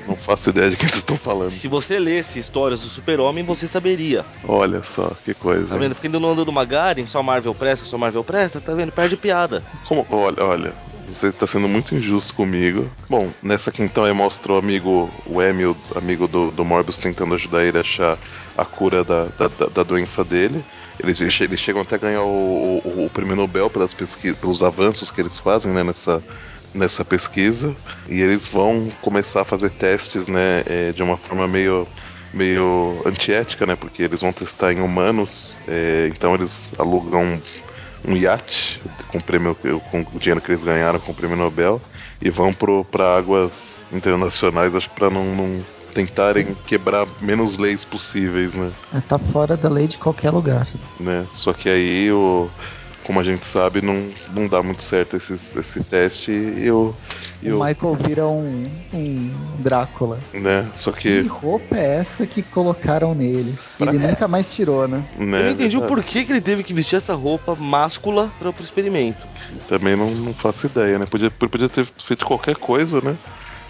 Speaker 3: Não faço ideia de que vocês estão falando.
Speaker 4: Se você lesse histórias do Super-Homem, você saberia.
Speaker 3: Olha só, que coisa.
Speaker 4: Tá vendo? Fica indo no andando Magaren, só Marvel presta, só Marvel presta, tá vendo? Perde piada.
Speaker 3: Como, olha, olha, você está sendo muito injusto comigo. Bom, nessa aqui então aí mostra o amigo, o Emil, amigo do, do Morbius, tentando ajudar ele a achar a cura da, da, da- da doença dele. Eles, che- eles chegam até a ganhar o, o- o prêmio Nobel pelas pesquisas, pelos avanços que eles fazem né, nessa, nessa pesquisa. E eles vão começar a fazer testes né, eh, de uma forma meio meio antiética, né? Porque eles vão testar em humanos, eh, então eles alugam um iate com o prêmio com o dinheiro que eles ganharam com o prêmio Nobel e vão pro para águas internacionais acho para não, não tentarem quebrar menos leis possíveis né
Speaker 2: É, Tá fora da lei de qualquer lugar.
Speaker 3: né só que aí o como a gente sabe não, não dá muito certo esses, esse teste e eu, eu
Speaker 2: O Michael vira um, um Drácula.
Speaker 3: né só
Speaker 2: Que
Speaker 3: que
Speaker 2: roupa é essa que colocaram nele? Ele nunca mais tirou, né?
Speaker 3: né,
Speaker 4: Eu não entendi o
Speaker 3: verdade.
Speaker 4: porquê que ele teve que vestir essa roupa máscula pra, pro experimento.
Speaker 3: Também não, não faço ideia, né? Podia, podia ter feito qualquer coisa, né?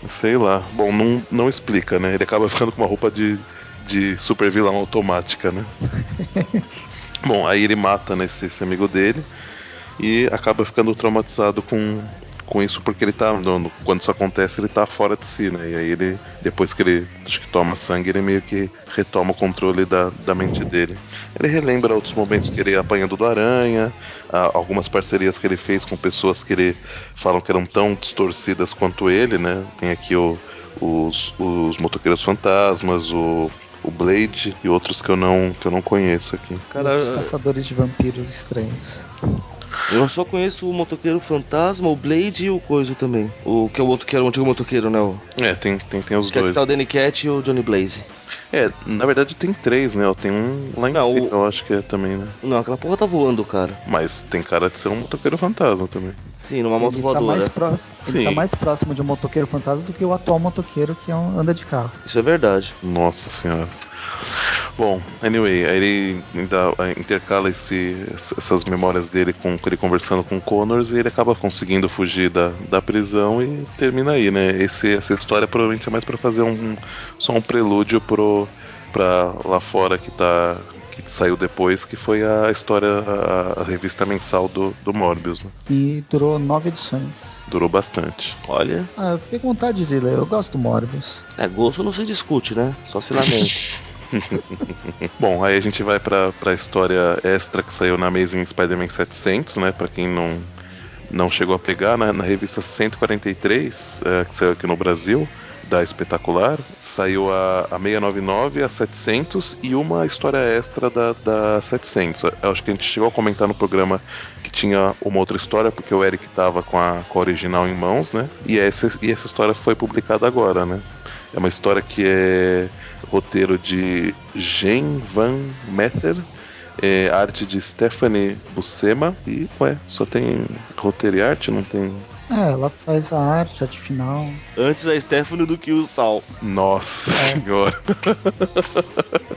Speaker 3: Sei lá. Bom, não, não explica, né? Ele acaba ficando com uma roupa de, de super vilão automática, né? Bom, aí ele mata né, esse, esse amigo dele e acaba ficando traumatizado com, com isso, porque ele tá. no- no- quando isso acontece, ele tá fora de si, né? E aí ele, depois que ele acho que toma sangue, ele meio que retoma o controle da, da mente dele. Ele relembra outros momentos que ele apanhando do aranha, a- algumas parcerias que ele fez com pessoas que ele falam que eram tão distorcidas quanto ele, né? Tem aqui o, os, os motoqueiros fantasmas, o. O Blade e outros que eu não, que eu não conheço aqui.
Speaker 4: Cara,
Speaker 2: Os caçadores de vampiros estranhos.
Speaker 4: eu só conheço o motoqueiro fantasma, o Blade e o Coiso também. O que é o outro que era o antigo motoqueiro, né? O,
Speaker 3: É, tem, tem, tem os
Speaker 4: que é que
Speaker 3: dois.
Speaker 4: tá o Danny Cat e o Johnny Blaze.
Speaker 3: É, na verdade tem três, né? Ó, Tem um lá em
Speaker 4: Não,
Speaker 3: cima,
Speaker 4: o-
Speaker 3: eu acho que é também, né?
Speaker 4: Não, aquela porra tá voando, cara.
Speaker 3: Mas tem cara de ser um motoqueiro fantasma também.
Speaker 4: Sim, numa moto
Speaker 2: Ele tá, mais
Speaker 4: voadora.
Speaker 2: próximo, ele
Speaker 3: Sim.
Speaker 2: tá mais próximo de um motoqueiro fantasma do que o atual motoqueiro que é um- anda de carro.
Speaker 4: Isso é verdade.
Speaker 3: Nossa senhora. Bom, anyway, aí ele ainda eh, intercala esse, essas memórias dele com ele conversando com o Connors e ele acaba conseguindo fugir da, da prisão e termina aí, né? Esse, essa história provavelmente é mais pra fazer um só um prelúdio pro pra lá fora que tá que saiu depois, que foi a história a, a revista mensal do, do Morbius, né?
Speaker 2: E durou nove edições.
Speaker 3: Durou bastante.
Speaker 4: Olha,
Speaker 2: Ah, eu fiquei com vontade de ler, eu gosto do Morbius.
Speaker 4: é, gosto não se discute, né? Só se lamenta.
Speaker 3: Bom, aí a gente vai pra, pra história extra que saiu na Amazing Spider-Man 700, né? Pra quem não, não chegou a pegar, né? na, na revista 143, eh, que saiu aqui no Brasil, da Espetacular, saiu a, a 699, a 700 e uma história extra da, da 700. Eu acho que a gente chegou a comentar no programa que tinha uma outra história, porque o Eric tava com a, com a original em mãos, né? E essa, e essa história foi publicada agora, né? É uma história que é roteiro de Jen Van Meter, é, arte de Stephanie Buscema e, ué, só tem roteiro e arte, não tem.
Speaker 2: É, ela faz a arte, a arte final.
Speaker 4: Antes a Stephanie do que o Sal.
Speaker 3: Nossa
Speaker 2: É.
Speaker 3: senhora!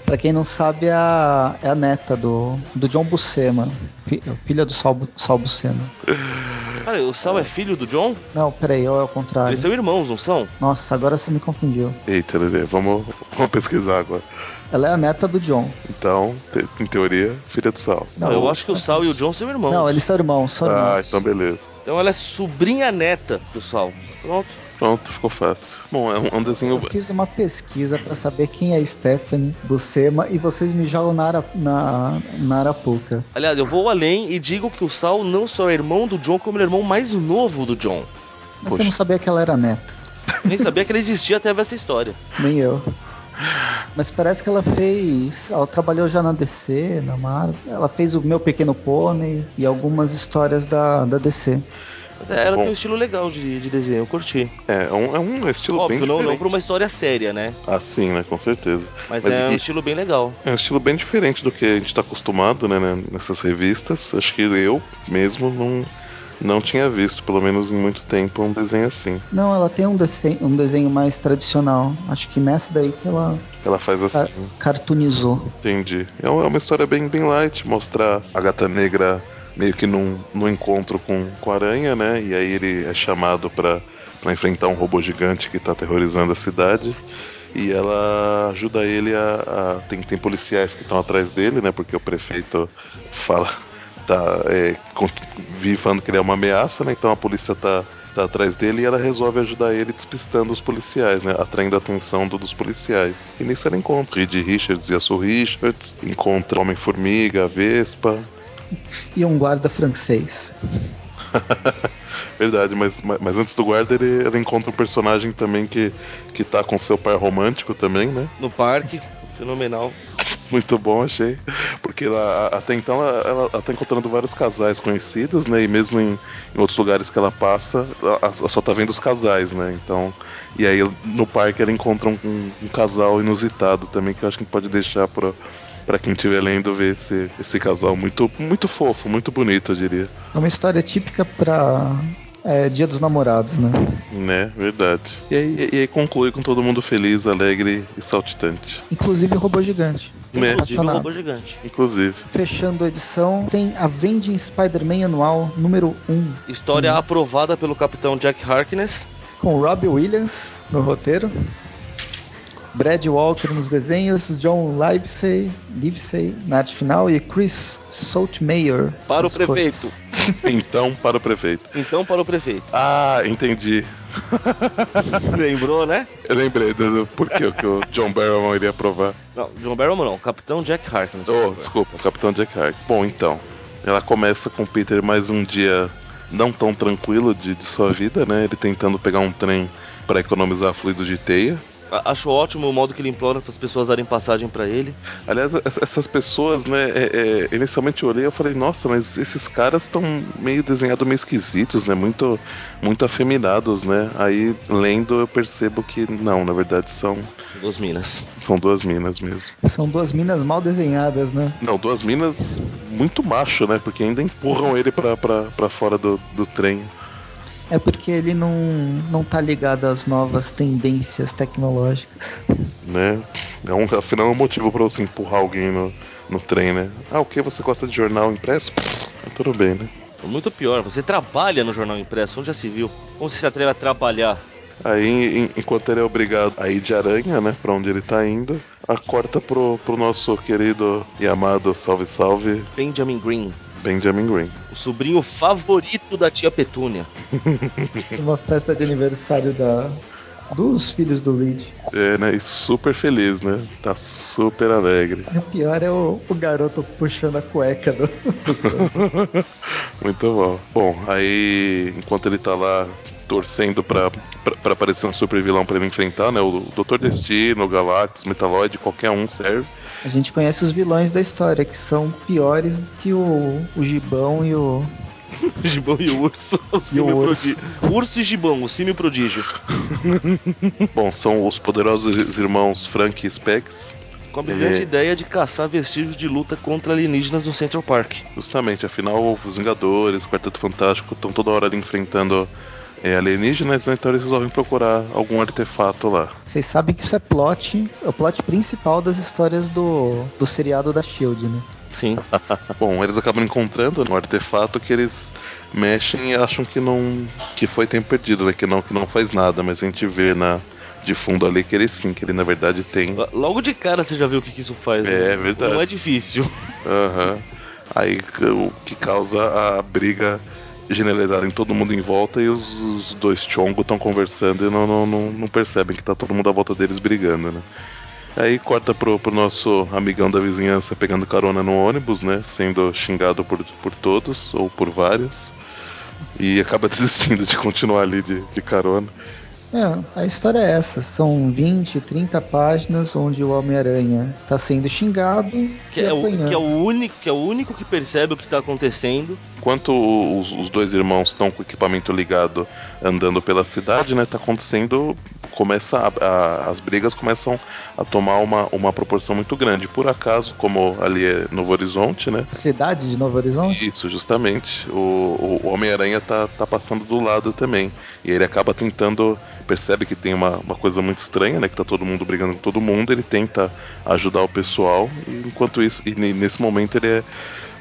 Speaker 2: Pra quem não sabe, é a, é a neta do, do John Buscema, fi- filha do Sal, Bu- Sal Buscema.
Speaker 4: Cara, o Sal é filho do John?
Speaker 2: Não, peraí, ou é o contrário.
Speaker 4: Eles são irmãos, não são?
Speaker 2: Nossa, agora você me confundiu.
Speaker 3: Eita, Lelê, vamos, vamos pesquisar agora.
Speaker 2: Ela é a neta do John.
Speaker 3: Então, te- em teoria, filha do sal.
Speaker 4: Não, Ah, eu acho que o Sal e o John são irmãos.
Speaker 2: Não, eles são irmãos, são irmãos.
Speaker 3: Ah, então beleza.
Speaker 4: Então ela é sobrinha neta do Sal. Pronto.
Speaker 3: Pronto, ficou fácil. Bom, é um, é um desenho.
Speaker 2: Eu fiz uma pesquisa pra saber quem é Stephanie Buscema e vocês me jogam na, ara, na, na Arapuca.
Speaker 4: Aliás, eu vou além e digo que o Sal não só é irmão do John, como ele é irmão mais novo do John.
Speaker 2: Mas
Speaker 3: Poxa.
Speaker 2: você não sabia que ela era neta,
Speaker 4: Nem sabia que ele existia até ver essa história.
Speaker 2: nem eu. Mas parece que ela fez. Ela trabalhou já na DC, na Marvel. Ela fez o Meu Pequeno Pônei e algumas histórias da, da DC.
Speaker 4: Mas é, ela
Speaker 3: Bom.
Speaker 4: tem um estilo legal de, de desenho, eu curti.
Speaker 3: É, é um, é um estilo
Speaker 4: Óbvio,
Speaker 3: bem
Speaker 4: não, não
Speaker 3: diferente.
Speaker 4: pra uma história séria, né?
Speaker 3: Assim, né? Com certeza.
Speaker 4: Mas,
Speaker 3: Mas
Speaker 4: é um
Speaker 3: e-
Speaker 4: estilo bem legal.
Speaker 3: É um estilo bem diferente do que a gente tá acostumado, né, né, nessas revistas. Acho que eu mesmo não, não tinha visto, pelo menos em muito tempo, um desenho assim.
Speaker 2: Não, ela tem um, desen- um desenho mais tradicional. Acho que nessa daí que ela
Speaker 3: Ela faz assim,
Speaker 2: cartunizou.
Speaker 3: entendi. É uma é uma história bem, bem light, mostrar a gata negra meio que num, num encontro com, com a aranha, né? E aí ele é chamado pra pra enfrentar um robô gigante que tá aterrorizando a cidade. E ela ajuda ele a. a- tem, tem policiais que estão atrás dele, né? Porque o prefeito fala. Tá, é, con- vi falando que ele é uma ameaça, né? Então a polícia tá, tá atrás dele e ela resolve ajudar ele despistando os policiais, né? Atraindo a atenção do- dos policiais. E nisso ela encontra Reed Richards e a Sue Richards, encontra Homem-Formiga, a Vespa.
Speaker 2: E um guarda francês.
Speaker 3: Verdade, mas, mas antes do guarda ele, ele encontra um personagem também que, que tá com seu pai romântico também, né?
Speaker 4: No parque, fenomenal.
Speaker 3: Muito bom, achei. Porque ela- a- até então ela, ela, ela tá encontrando vários casais conhecidos, né? E mesmo em, em outros lugares que ela passa, ela, ela só tá vendo os casais, né? Então. E aí no parque ela encontra um, um- um casal inusitado também, que eu acho que pode deixar pra, pra quem estiver lendo ver esse, esse casal muito, muito fofo, muito bonito, eu diria.
Speaker 2: É uma história típica pra é, Dia dos Namorados, né?
Speaker 3: Né, verdade. E aí, e aí conclui com todo mundo feliz, alegre e saltitante.
Speaker 2: Inclusive o robô gigante.
Speaker 3: Né?
Speaker 4: Inclusive o
Speaker 2: Apaixonado.
Speaker 4: robô gigante.
Speaker 3: Inclusive.
Speaker 2: Fechando a edição, tem Avenging Spider-Man Anual número 1,
Speaker 4: História
Speaker 3: Uhum.
Speaker 4: aprovada pelo capitão Jack Harkness.
Speaker 2: com Robbie Williams no roteiro, Brad Walker nos desenhos, John Livesey, Livesey na arte final e Chris Saltmayer
Speaker 4: Para o
Speaker 2: nas
Speaker 4: prefeito.
Speaker 2: cores.
Speaker 3: Então, para o prefeito.
Speaker 4: Então, para o prefeito.
Speaker 3: Ah, entendi.
Speaker 4: Lembrou, né?
Speaker 3: Eu lembrei do, do porquê que o John Barrowman iria aprovar.
Speaker 4: Não, John Barrowman não. Capitão Jack Harkness.
Speaker 3: Oh, desculpa, Capitão Jack Hart. Bom, então. Ela começa com o Peter mais um dia não tão tranquilo de, de sua vida, né? Ele tentando pegar um trem para economizar fluido de teia.
Speaker 4: A- Acho ótimo o modo que ele implora para as pessoas darem passagem para ele.
Speaker 3: Aliás, ess- essas pessoas, né? é- é, inicialmente eu olhei e falei, nossa, mas esses caras estão meio desenhados, meio esquisitos, né? Muito, muito afeminados, né? Aí lendo eu percebo que não, na verdade são,
Speaker 4: São Duas minas.
Speaker 3: são duas minas mesmo.
Speaker 2: São duas minas mal desenhadas, né?
Speaker 3: Não, duas minas muito macho, né? Porque ainda empurram ele pra, pra, pra fora do, do trem.
Speaker 2: É porque ele não, não tá ligado às novas tendências tecnológicas.
Speaker 3: né? É um, afinal, é um motivo pra você empurrar alguém no, no trem, né? Ah, o que? Você gosta de jornal impresso? Pff, Tudo bem, né?
Speaker 4: Muito pior, você trabalha no jornal impresso, onde já se viu? Como você se atreve a trabalhar?
Speaker 3: Aí, em- enquanto ele é obrigado a ir de aranha, né? Pra onde ele tá indo, a corta pro, pro nosso querido e amado salve salve
Speaker 4: Benjamin Green,
Speaker 3: Benjamin Green.
Speaker 4: o sobrinho favorito da tia Petúnia.
Speaker 2: Uma festa de aniversário da, dos filhos do Reed.
Speaker 3: É, né? E super feliz, né? Tá super alegre.
Speaker 2: O pior é o, o garoto puxando a cueca do.
Speaker 3: Muito bom. Bom, aí enquanto ele tá lá torcendo pra, pra, pra aparecer um super vilão pra ele enfrentar, né? O Doutor Destino, o Galactus, Metaloid, qualquer um serve.
Speaker 2: A gente conhece os vilões da história, que são piores do que o, o Gibão e o.
Speaker 4: O Gibão e o urso. O símio
Speaker 2: urso.
Speaker 4: prodígio. Urso e Gibão, o símio prodígio.
Speaker 3: Bom, são os poderosos irmãos Frank e Specs.
Speaker 4: Com a brilhante
Speaker 3: É.
Speaker 4: ideia de caçar vestígios de luta contra alienígenas no Central Park.
Speaker 3: Justamente, afinal, os Vingadores, o Quarteto Fantástico estão toda hora ali enfrentando é, alienígenas, né? Então eles resolvem procurar algum artefato lá.
Speaker 2: Vocês sabem que isso é plot, é o plot principal das histórias do, do seriado da Shield, né?
Speaker 4: Sim.
Speaker 3: Bom, eles acabam encontrando um artefato que eles mexem e acham que não que foi tempo perdido, né? Que não que não faz nada, mas a gente vê na de fundo ali que ele sim, que ele na verdade tem.
Speaker 4: L- Logo de cara você já viu o que, que isso faz.
Speaker 3: É,
Speaker 4: né?
Speaker 3: é verdade.
Speaker 4: Não é difícil.
Speaker 3: Aham. Aí c- o que causa a briga generalizada em todo mundo em volta e os, os dois Chongo estão conversando e não, não, não, não percebem que tá todo mundo à volta deles brigando, né? Aí corta pro, pro nosso amigão da vizinhança pegando carona no ônibus, né? Sendo xingado por, por todos ou por vários. E acaba desistindo de continuar ali de, de carona.
Speaker 2: É, a história é essa. São 20, 30 páginas onde o Homem-Aranha tá sendo xingado
Speaker 4: Que
Speaker 2: e
Speaker 4: é, o,
Speaker 2: apanhando.
Speaker 4: que é o único, que é o único que percebe o que tá acontecendo.
Speaker 3: Enquanto os, os dois irmãos estão com o equipamento ligado andando pela cidade, né? Tá acontecendo. Começa a- a- as brigas começam a tomar uma, uma proporção muito grande. Por acaso, como ali é Novo Horizonte, né?
Speaker 2: A cidade de Novo Horizonte?
Speaker 3: Isso, justamente. O, o- o Homem-Aranha tá, tá passando do lado também. E ele acaba tentando. Percebe que tem uma, uma coisa muito estranha, né? Que tá todo mundo brigando com todo mundo. Ele tenta ajudar o pessoal. E enquanto isso, e ne- nesse momento ele é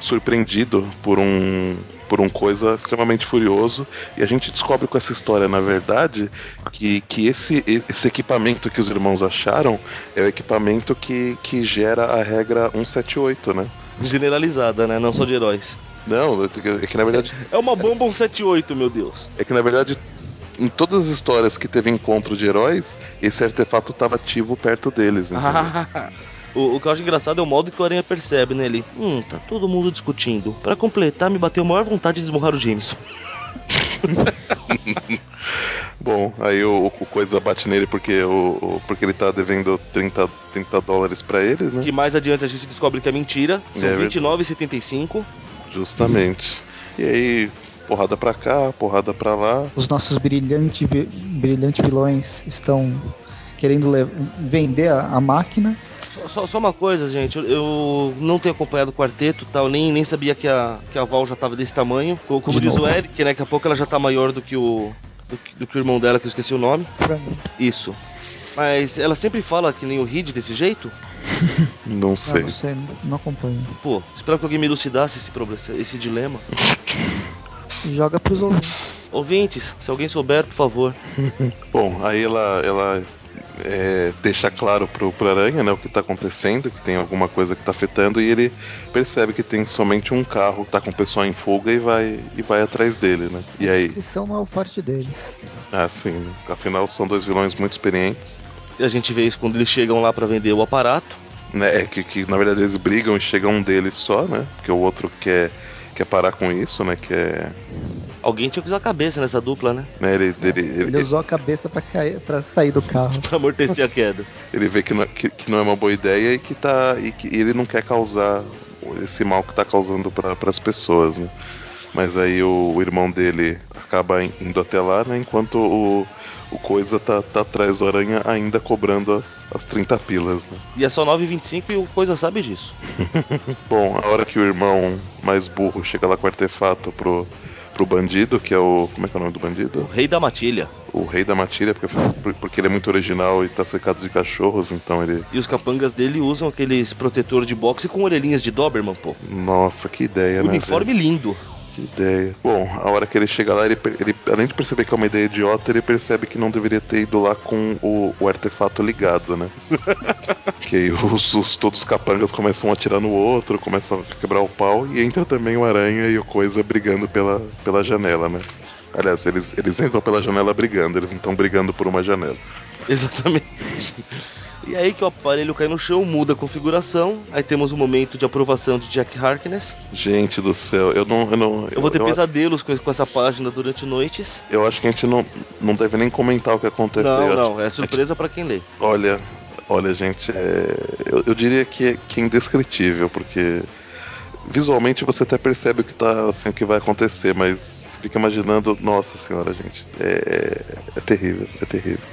Speaker 3: surpreendido por um. Por um coisa extremamente furioso. E a gente descobre com essa história, na verdade, que, que esse, esse equipamento que os irmãos acharam é o equipamento que, que gera a regra 178, né?
Speaker 4: Generalizada, né? Não só de heróis.
Speaker 3: Não, é que na verdade
Speaker 4: É uma bomba 178, meu Deus.
Speaker 3: É que na verdade, em todas as histórias que teve encontro de heróis, esse artefato estava ativo perto deles. entendeu?
Speaker 4: Ah. O, o que eu acho engraçado é o modo que o Aranha percebe nele. Hum, tá todo mundo discutindo. Pra completar, me bateu a maior vontade de esmurrar o Jameson.
Speaker 3: Bom, aí o, o Coisa bate nele porque, o, o- porque ele tá devendo 30, 30 dólares pra ele, né?
Speaker 4: Que mais adiante a gente descobre que é mentira. São
Speaker 3: É verdade.
Speaker 4: 29,75.
Speaker 3: Justamente. E aí, porrada pra cá, porrada pra lá.
Speaker 2: Os nossos brilhantes brilhante vilões estão querendo le- vender a, a máquina.
Speaker 4: Só, só- só uma coisa, gente. Eu, eu não tenho acompanhado o quarteto e tal. Nem, nem sabia que a, que a Val já tava desse tamanho. Co- Como,
Speaker 2: De
Speaker 4: diz
Speaker 2: novo.
Speaker 4: o Eric, né? Daqui a pouco ela já tá maior do que o. Do que, do que o irmão dela, que eu esqueci o nome.
Speaker 2: Pra-
Speaker 4: Isso. Mas ela sempre fala que nem o Reed desse jeito.
Speaker 3: Não
Speaker 2: Ah,
Speaker 3: sei.
Speaker 2: não sei, não- não acompanho. Joga
Speaker 4: Pô, espero que alguém me elucidasse esse, problema, esse dilema.
Speaker 2: Joga pros ouvintes.
Speaker 4: Ouvintes, se alguém souber, por favor.
Speaker 3: Bom, aí ela, ela é, deixa claro pro, pro Aranha né, o que tá acontecendo, que tem alguma coisa que tá afetando, e ele percebe que tem somente um carro que tá com o pessoal em fuga e vai, e vai atrás dele, né? E
Speaker 2: A
Speaker 3: aí,
Speaker 2: descrição não é o forte deles.
Speaker 3: ah, sim, né? afinal são dois vilões muito experientes,
Speaker 4: E a gente vê isso quando eles chegam lá pra vender o aparato.
Speaker 3: né? É que, que na verdade eles brigam e chega um deles só, né? Porque o outro quer, quer parar com isso, né? Quer,
Speaker 4: Alguém tinha que usar a cabeça nessa dupla, né?
Speaker 3: né? Ele, ele,
Speaker 2: Ele
Speaker 3: ele,
Speaker 2: usou a cabeça pra, cair, pra sair do carro.
Speaker 4: Pra amortecer a queda.
Speaker 3: ele vê que não, que, que não é uma boa ideia e que tá. e que ele não quer causar esse mal que tá causando para as pessoas, né? Mas aí o, o irmão dele acaba in- indo até lá, né? Enquanto o, o Coisa tá, tá atrás do Aranha ainda cobrando as, as 30 pilas, né?
Speaker 4: E é só 9h25 e o Coisa sabe disso.
Speaker 3: Bom, a hora que o irmão mais burro chega lá com o artefato pro, pro bandido, que é o. Como é que é o nome do
Speaker 4: O
Speaker 3: bandido?
Speaker 4: rei da matilha.
Speaker 3: O rei da matilha, porque, porque ele é muito original e tá cercado de cachorros, então ele.
Speaker 4: E os capangas dele usam aqueles protetor de boxe com orelhinhas de Doberman, pô. Um
Speaker 3: Nossa, que ideia, né? velho?
Speaker 4: Uniforme lindo.
Speaker 3: Que ideia. Bom, a hora que ele chega lá, ele, per- ele- além de perceber que é uma ideia idiota, ele percebe que não deveria ter ido lá com o, o artefato ligado, né? que aí os, os- todos os capangas começam a atirar no outro, começam a quebrar o pau, e entra também o aranha e o coisa brigando pela, pela janela, né? Aliás, eles, eles entram pela janela brigando, eles não estão brigando por uma janela.
Speaker 4: Exatamente. E aí que o aparelho cai no chão, muda a configuração. Aí temos o momento de aprovação de Jack Harkness.
Speaker 3: Gente do céu, eu não. Eu, não,
Speaker 4: Eu vou ter
Speaker 3: eu,
Speaker 4: pesadelos com com essa página durante noites.
Speaker 3: eu acho que a gente não, não deve nem comentar o que aconteceu.
Speaker 4: Não,
Speaker 3: Eu acho
Speaker 4: não, é surpresa pra quem lê.
Speaker 3: Olha, olha, gente, é, eu, eu diria que, que é indescritível, porque visualmente você até percebe o que tá, assim, o que vai acontecer, mas você fica imaginando, nossa senhora, gente, é, é terrível, é terrível.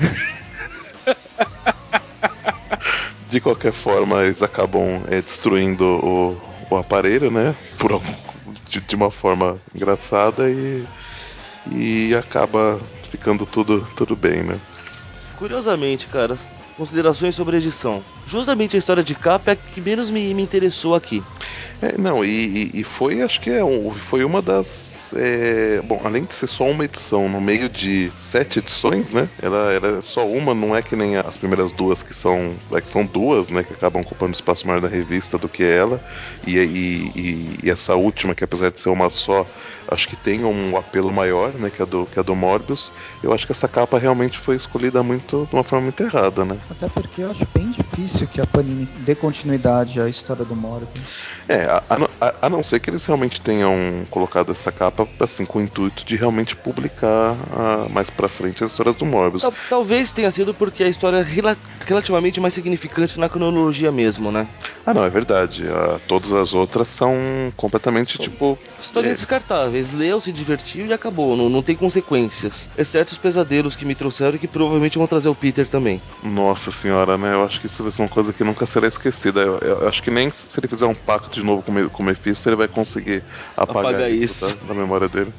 Speaker 3: De qualquer forma, eles acabam é, destruindo o, o aparelho, né? Por algum- de, de uma forma engraçada e, e acaba ficando tudo, tudo bem, né?
Speaker 4: Curiosamente, cara, considerações sobre a edição. Justamente a história de capa é a que menos me, me interessou aqui.
Speaker 3: É, não, e, e- e foi, acho que é, um- foi uma das. é, bom, além de ser só uma edição, no meio de sete edições, né? Ela, ela é só uma, não é que nem as primeiras duas que são. é que são duas, né? Que acabam ocupando espaço maior da revista do que ela. E, e- e- e essa última, que apesar de ser uma só, acho que tem um apelo maior, né? Que é do, que é do Morbius. Eu acho que essa capa realmente foi escolhida muito de uma forma muito errada, né?
Speaker 2: Até porque eu acho bem difícil que a Panini dê continuidade à história do Morbius.
Speaker 3: É, a, a não- a- a não ser que eles realmente tenham colocado essa capa assim com o intuito de realmente publicar ah, mais pra frente as histórias do Morbius.
Speaker 4: Tal- talvez tenha sido porque a história é rela- relativamente mais significante na cronologia mesmo, né?
Speaker 3: Ah, não, é verdade. Ah, todas as outras são completamente tipo.
Speaker 4: Histórias
Speaker 3: É.
Speaker 4: descartáveis. Leu, se divertiu e acabou. Não, não tem consequências. Exceto os pesadelos que me trouxeram e que provavelmente vão trazer o Peter também.
Speaker 3: Nossa senhora, né? Eu acho que isso vai ser uma coisa que nunca será esquecida. Eu, eu acho que nem se ele fizer um pacto de novo com, o Me- com o Mephisto, ele vai conseguir apagar,
Speaker 4: Apagar
Speaker 3: isso,
Speaker 4: isso.
Speaker 3: tá? da memória dele.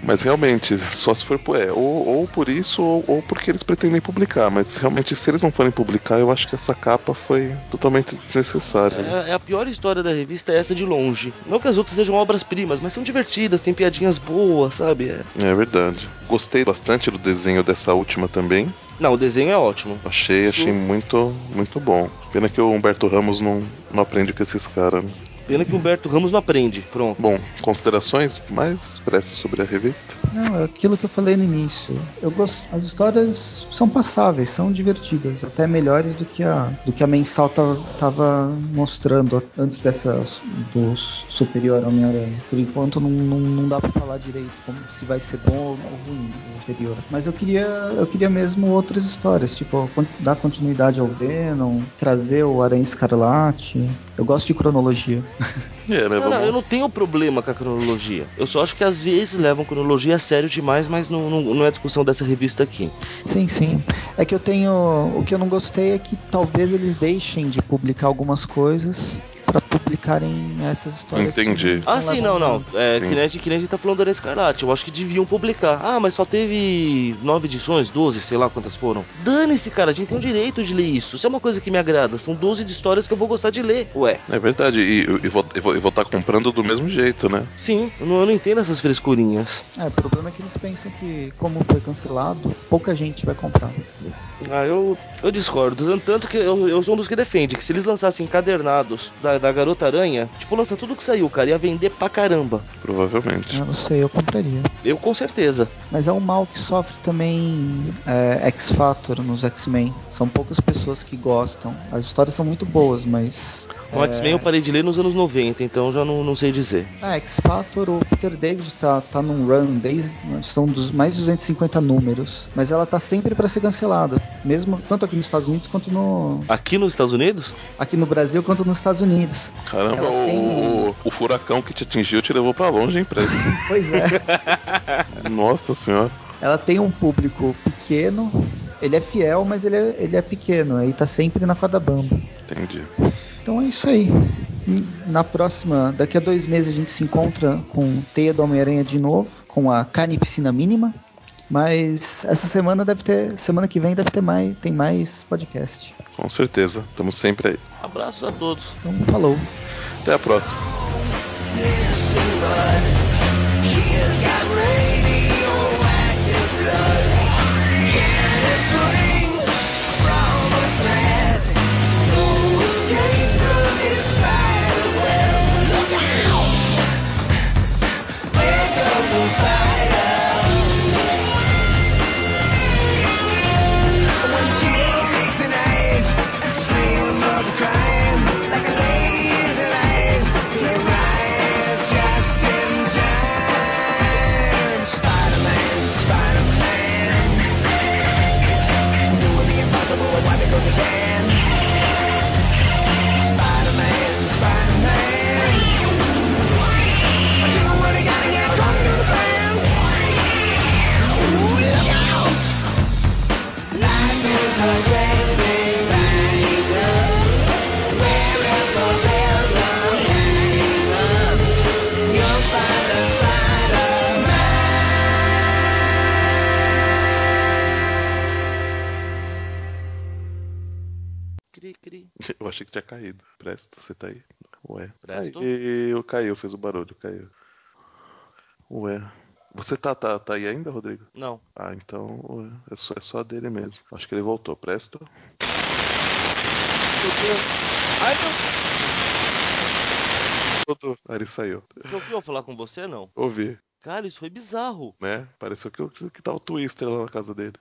Speaker 3: Mas realmente, só se for por. É, ou, ou por isso, ou, ou porque eles pretendem publicar. Mas realmente, se eles não forem publicar, eu acho que essa capa foi totalmente desnecessária. né?
Speaker 4: É, é a pior história da revista, é essa de longe. Não que as outras sejam obras-primas, mas são divertidas, tem piadinhas boas, sabe? É.
Speaker 3: É verdade. Gostei bastante do desenho dessa última também.
Speaker 4: Não, o desenho é ótimo.
Speaker 3: Achei,
Speaker 4: Sim.
Speaker 3: achei muito, muito bom. Pena que o Humberto Ramos não, não aprende com esses caras. Né?
Speaker 4: Pena que o Humberto Ramos não aprende. Pronto.
Speaker 3: Bom, considerações mais prestes sobre a revista?
Speaker 2: Não, é aquilo que eu falei no início. Eu gosto, as histórias são passáveis, são divertidas, até melhores do que a do que a mensal tava, tava mostrando antes dessa do superior Homem-Aranha. Por enquanto não, não, não dá pra falar direito como se vai ser bom ou ou ruim o superior. Mas eu queria eu queria mesmo outras histórias, tipo con- dar continuidade ao Venom, trazer o Aranha Escarlate. Eu gosto de cronologia.
Speaker 3: É, né?
Speaker 4: Não, não, eu
Speaker 3: Vamos...
Speaker 4: não tenho problema com a cronologia. Eu só acho que às vezes levam cronologia a sério demais, mas não, não, não é discussão dessa revista aqui.
Speaker 2: Sim, sim. É que eu tenho. O que eu não gostei é que talvez eles deixem de publicar algumas coisas pra publicarem né, essas histórias. que
Speaker 3: Entendi.
Speaker 4: Ah, sim, não,
Speaker 2: levam
Speaker 4: não. É,
Speaker 3: Sim.
Speaker 4: que, nem, a gente- que nem a gente tá falando da Aranha Escarlate. Eu acho que deviam publicar. Ah, mas só teve nove edições, 12, sei lá quantas foram. Dane-se, cara, a gente tem o direito de ler isso. Isso é uma coisa que me agrada. São 12 de histórias que eu vou gostar de ler. Ué,
Speaker 3: É verdade, e eu, eu vou estar eu vou, eu vou tá comprando do mesmo jeito, né?
Speaker 4: sim, eu não, eu não entendo essas frescurinhas.
Speaker 2: nada. É, o problema é que eles pensam que, como foi cancelado, pouca gente vai comprar.
Speaker 4: Ah, eu, eu discordo. Tan- Tanto que eu, eu sou um dos que defende que se eles lançassem encadernados da, da Garota Aranha, tipo, lança tudo que saiu, cara, ia vender pra caramba.
Speaker 3: Provavelmente.
Speaker 2: Eu não sei, eu compraria.
Speaker 4: Eu com certeza.
Speaker 2: Mas é um mal que sofre também é, X-Factor nos X-Men. São poucas pessoas que gostam. As histórias são muito boas, mas.
Speaker 4: O X-Men eu parei de ler nos anos 90, então já não, não sei dizer.
Speaker 2: Ah, X-Factor, o Peter David tá, tá num run desde. São dos mais de 250 números. Mas ela tá sempre pra ser cancelada. Mesmo tanto aqui nos Estados Unidos quanto no.
Speaker 4: Aqui nos Estados Unidos?
Speaker 2: Aqui no Brasil quanto nos Estados Unidos.
Speaker 3: É. Caramba,
Speaker 2: Ela
Speaker 3: o,
Speaker 2: tem-
Speaker 4: um-
Speaker 3: o- o furacão que te atingiu te levou pra longe, hein, Prez?
Speaker 2: Pois é.
Speaker 3: Nossa senhora.
Speaker 2: ela tem um público pequeno. Ele é fiel, mas ele é, ele é pequeno. Aí tá sempre na corda bamba.
Speaker 3: Entendi.
Speaker 2: Então é isso aí. Na próxima, daqui a dois meses a gente se encontra com Teia do Homem-Aranha de novo, com a Carnificina Mínima. Mas essa semana deve ter, semana que vem deve ter mais, tem mais podcast.
Speaker 3: Com certeza. Estamos sempre aí.
Speaker 4: Abraços a todos.
Speaker 2: Então falou.
Speaker 3: Até a próxima.
Speaker 4: Cri, cri.
Speaker 3: Eu achei que tinha caído. Presto, você tá aí? Ué.
Speaker 4: Presto?
Speaker 3: Aí, eu caiu, fez o barulho, caiu. Ué. Você tá, tá, tá aí ainda, Rodrigo?
Speaker 4: Não.
Speaker 3: Ah, então ué, é só, é só a dele mesmo. Acho que ele voltou. Presto.
Speaker 1: Meu Deus. Ai, meu Deus.
Speaker 3: todo. Ari saiu.
Speaker 4: Você ouviu eu falar com você, não?
Speaker 3: Ouvi,
Speaker 4: Cara, isso foi bizarro.
Speaker 3: né? Pareceu que, que tava o tá Twister lá na casa dele.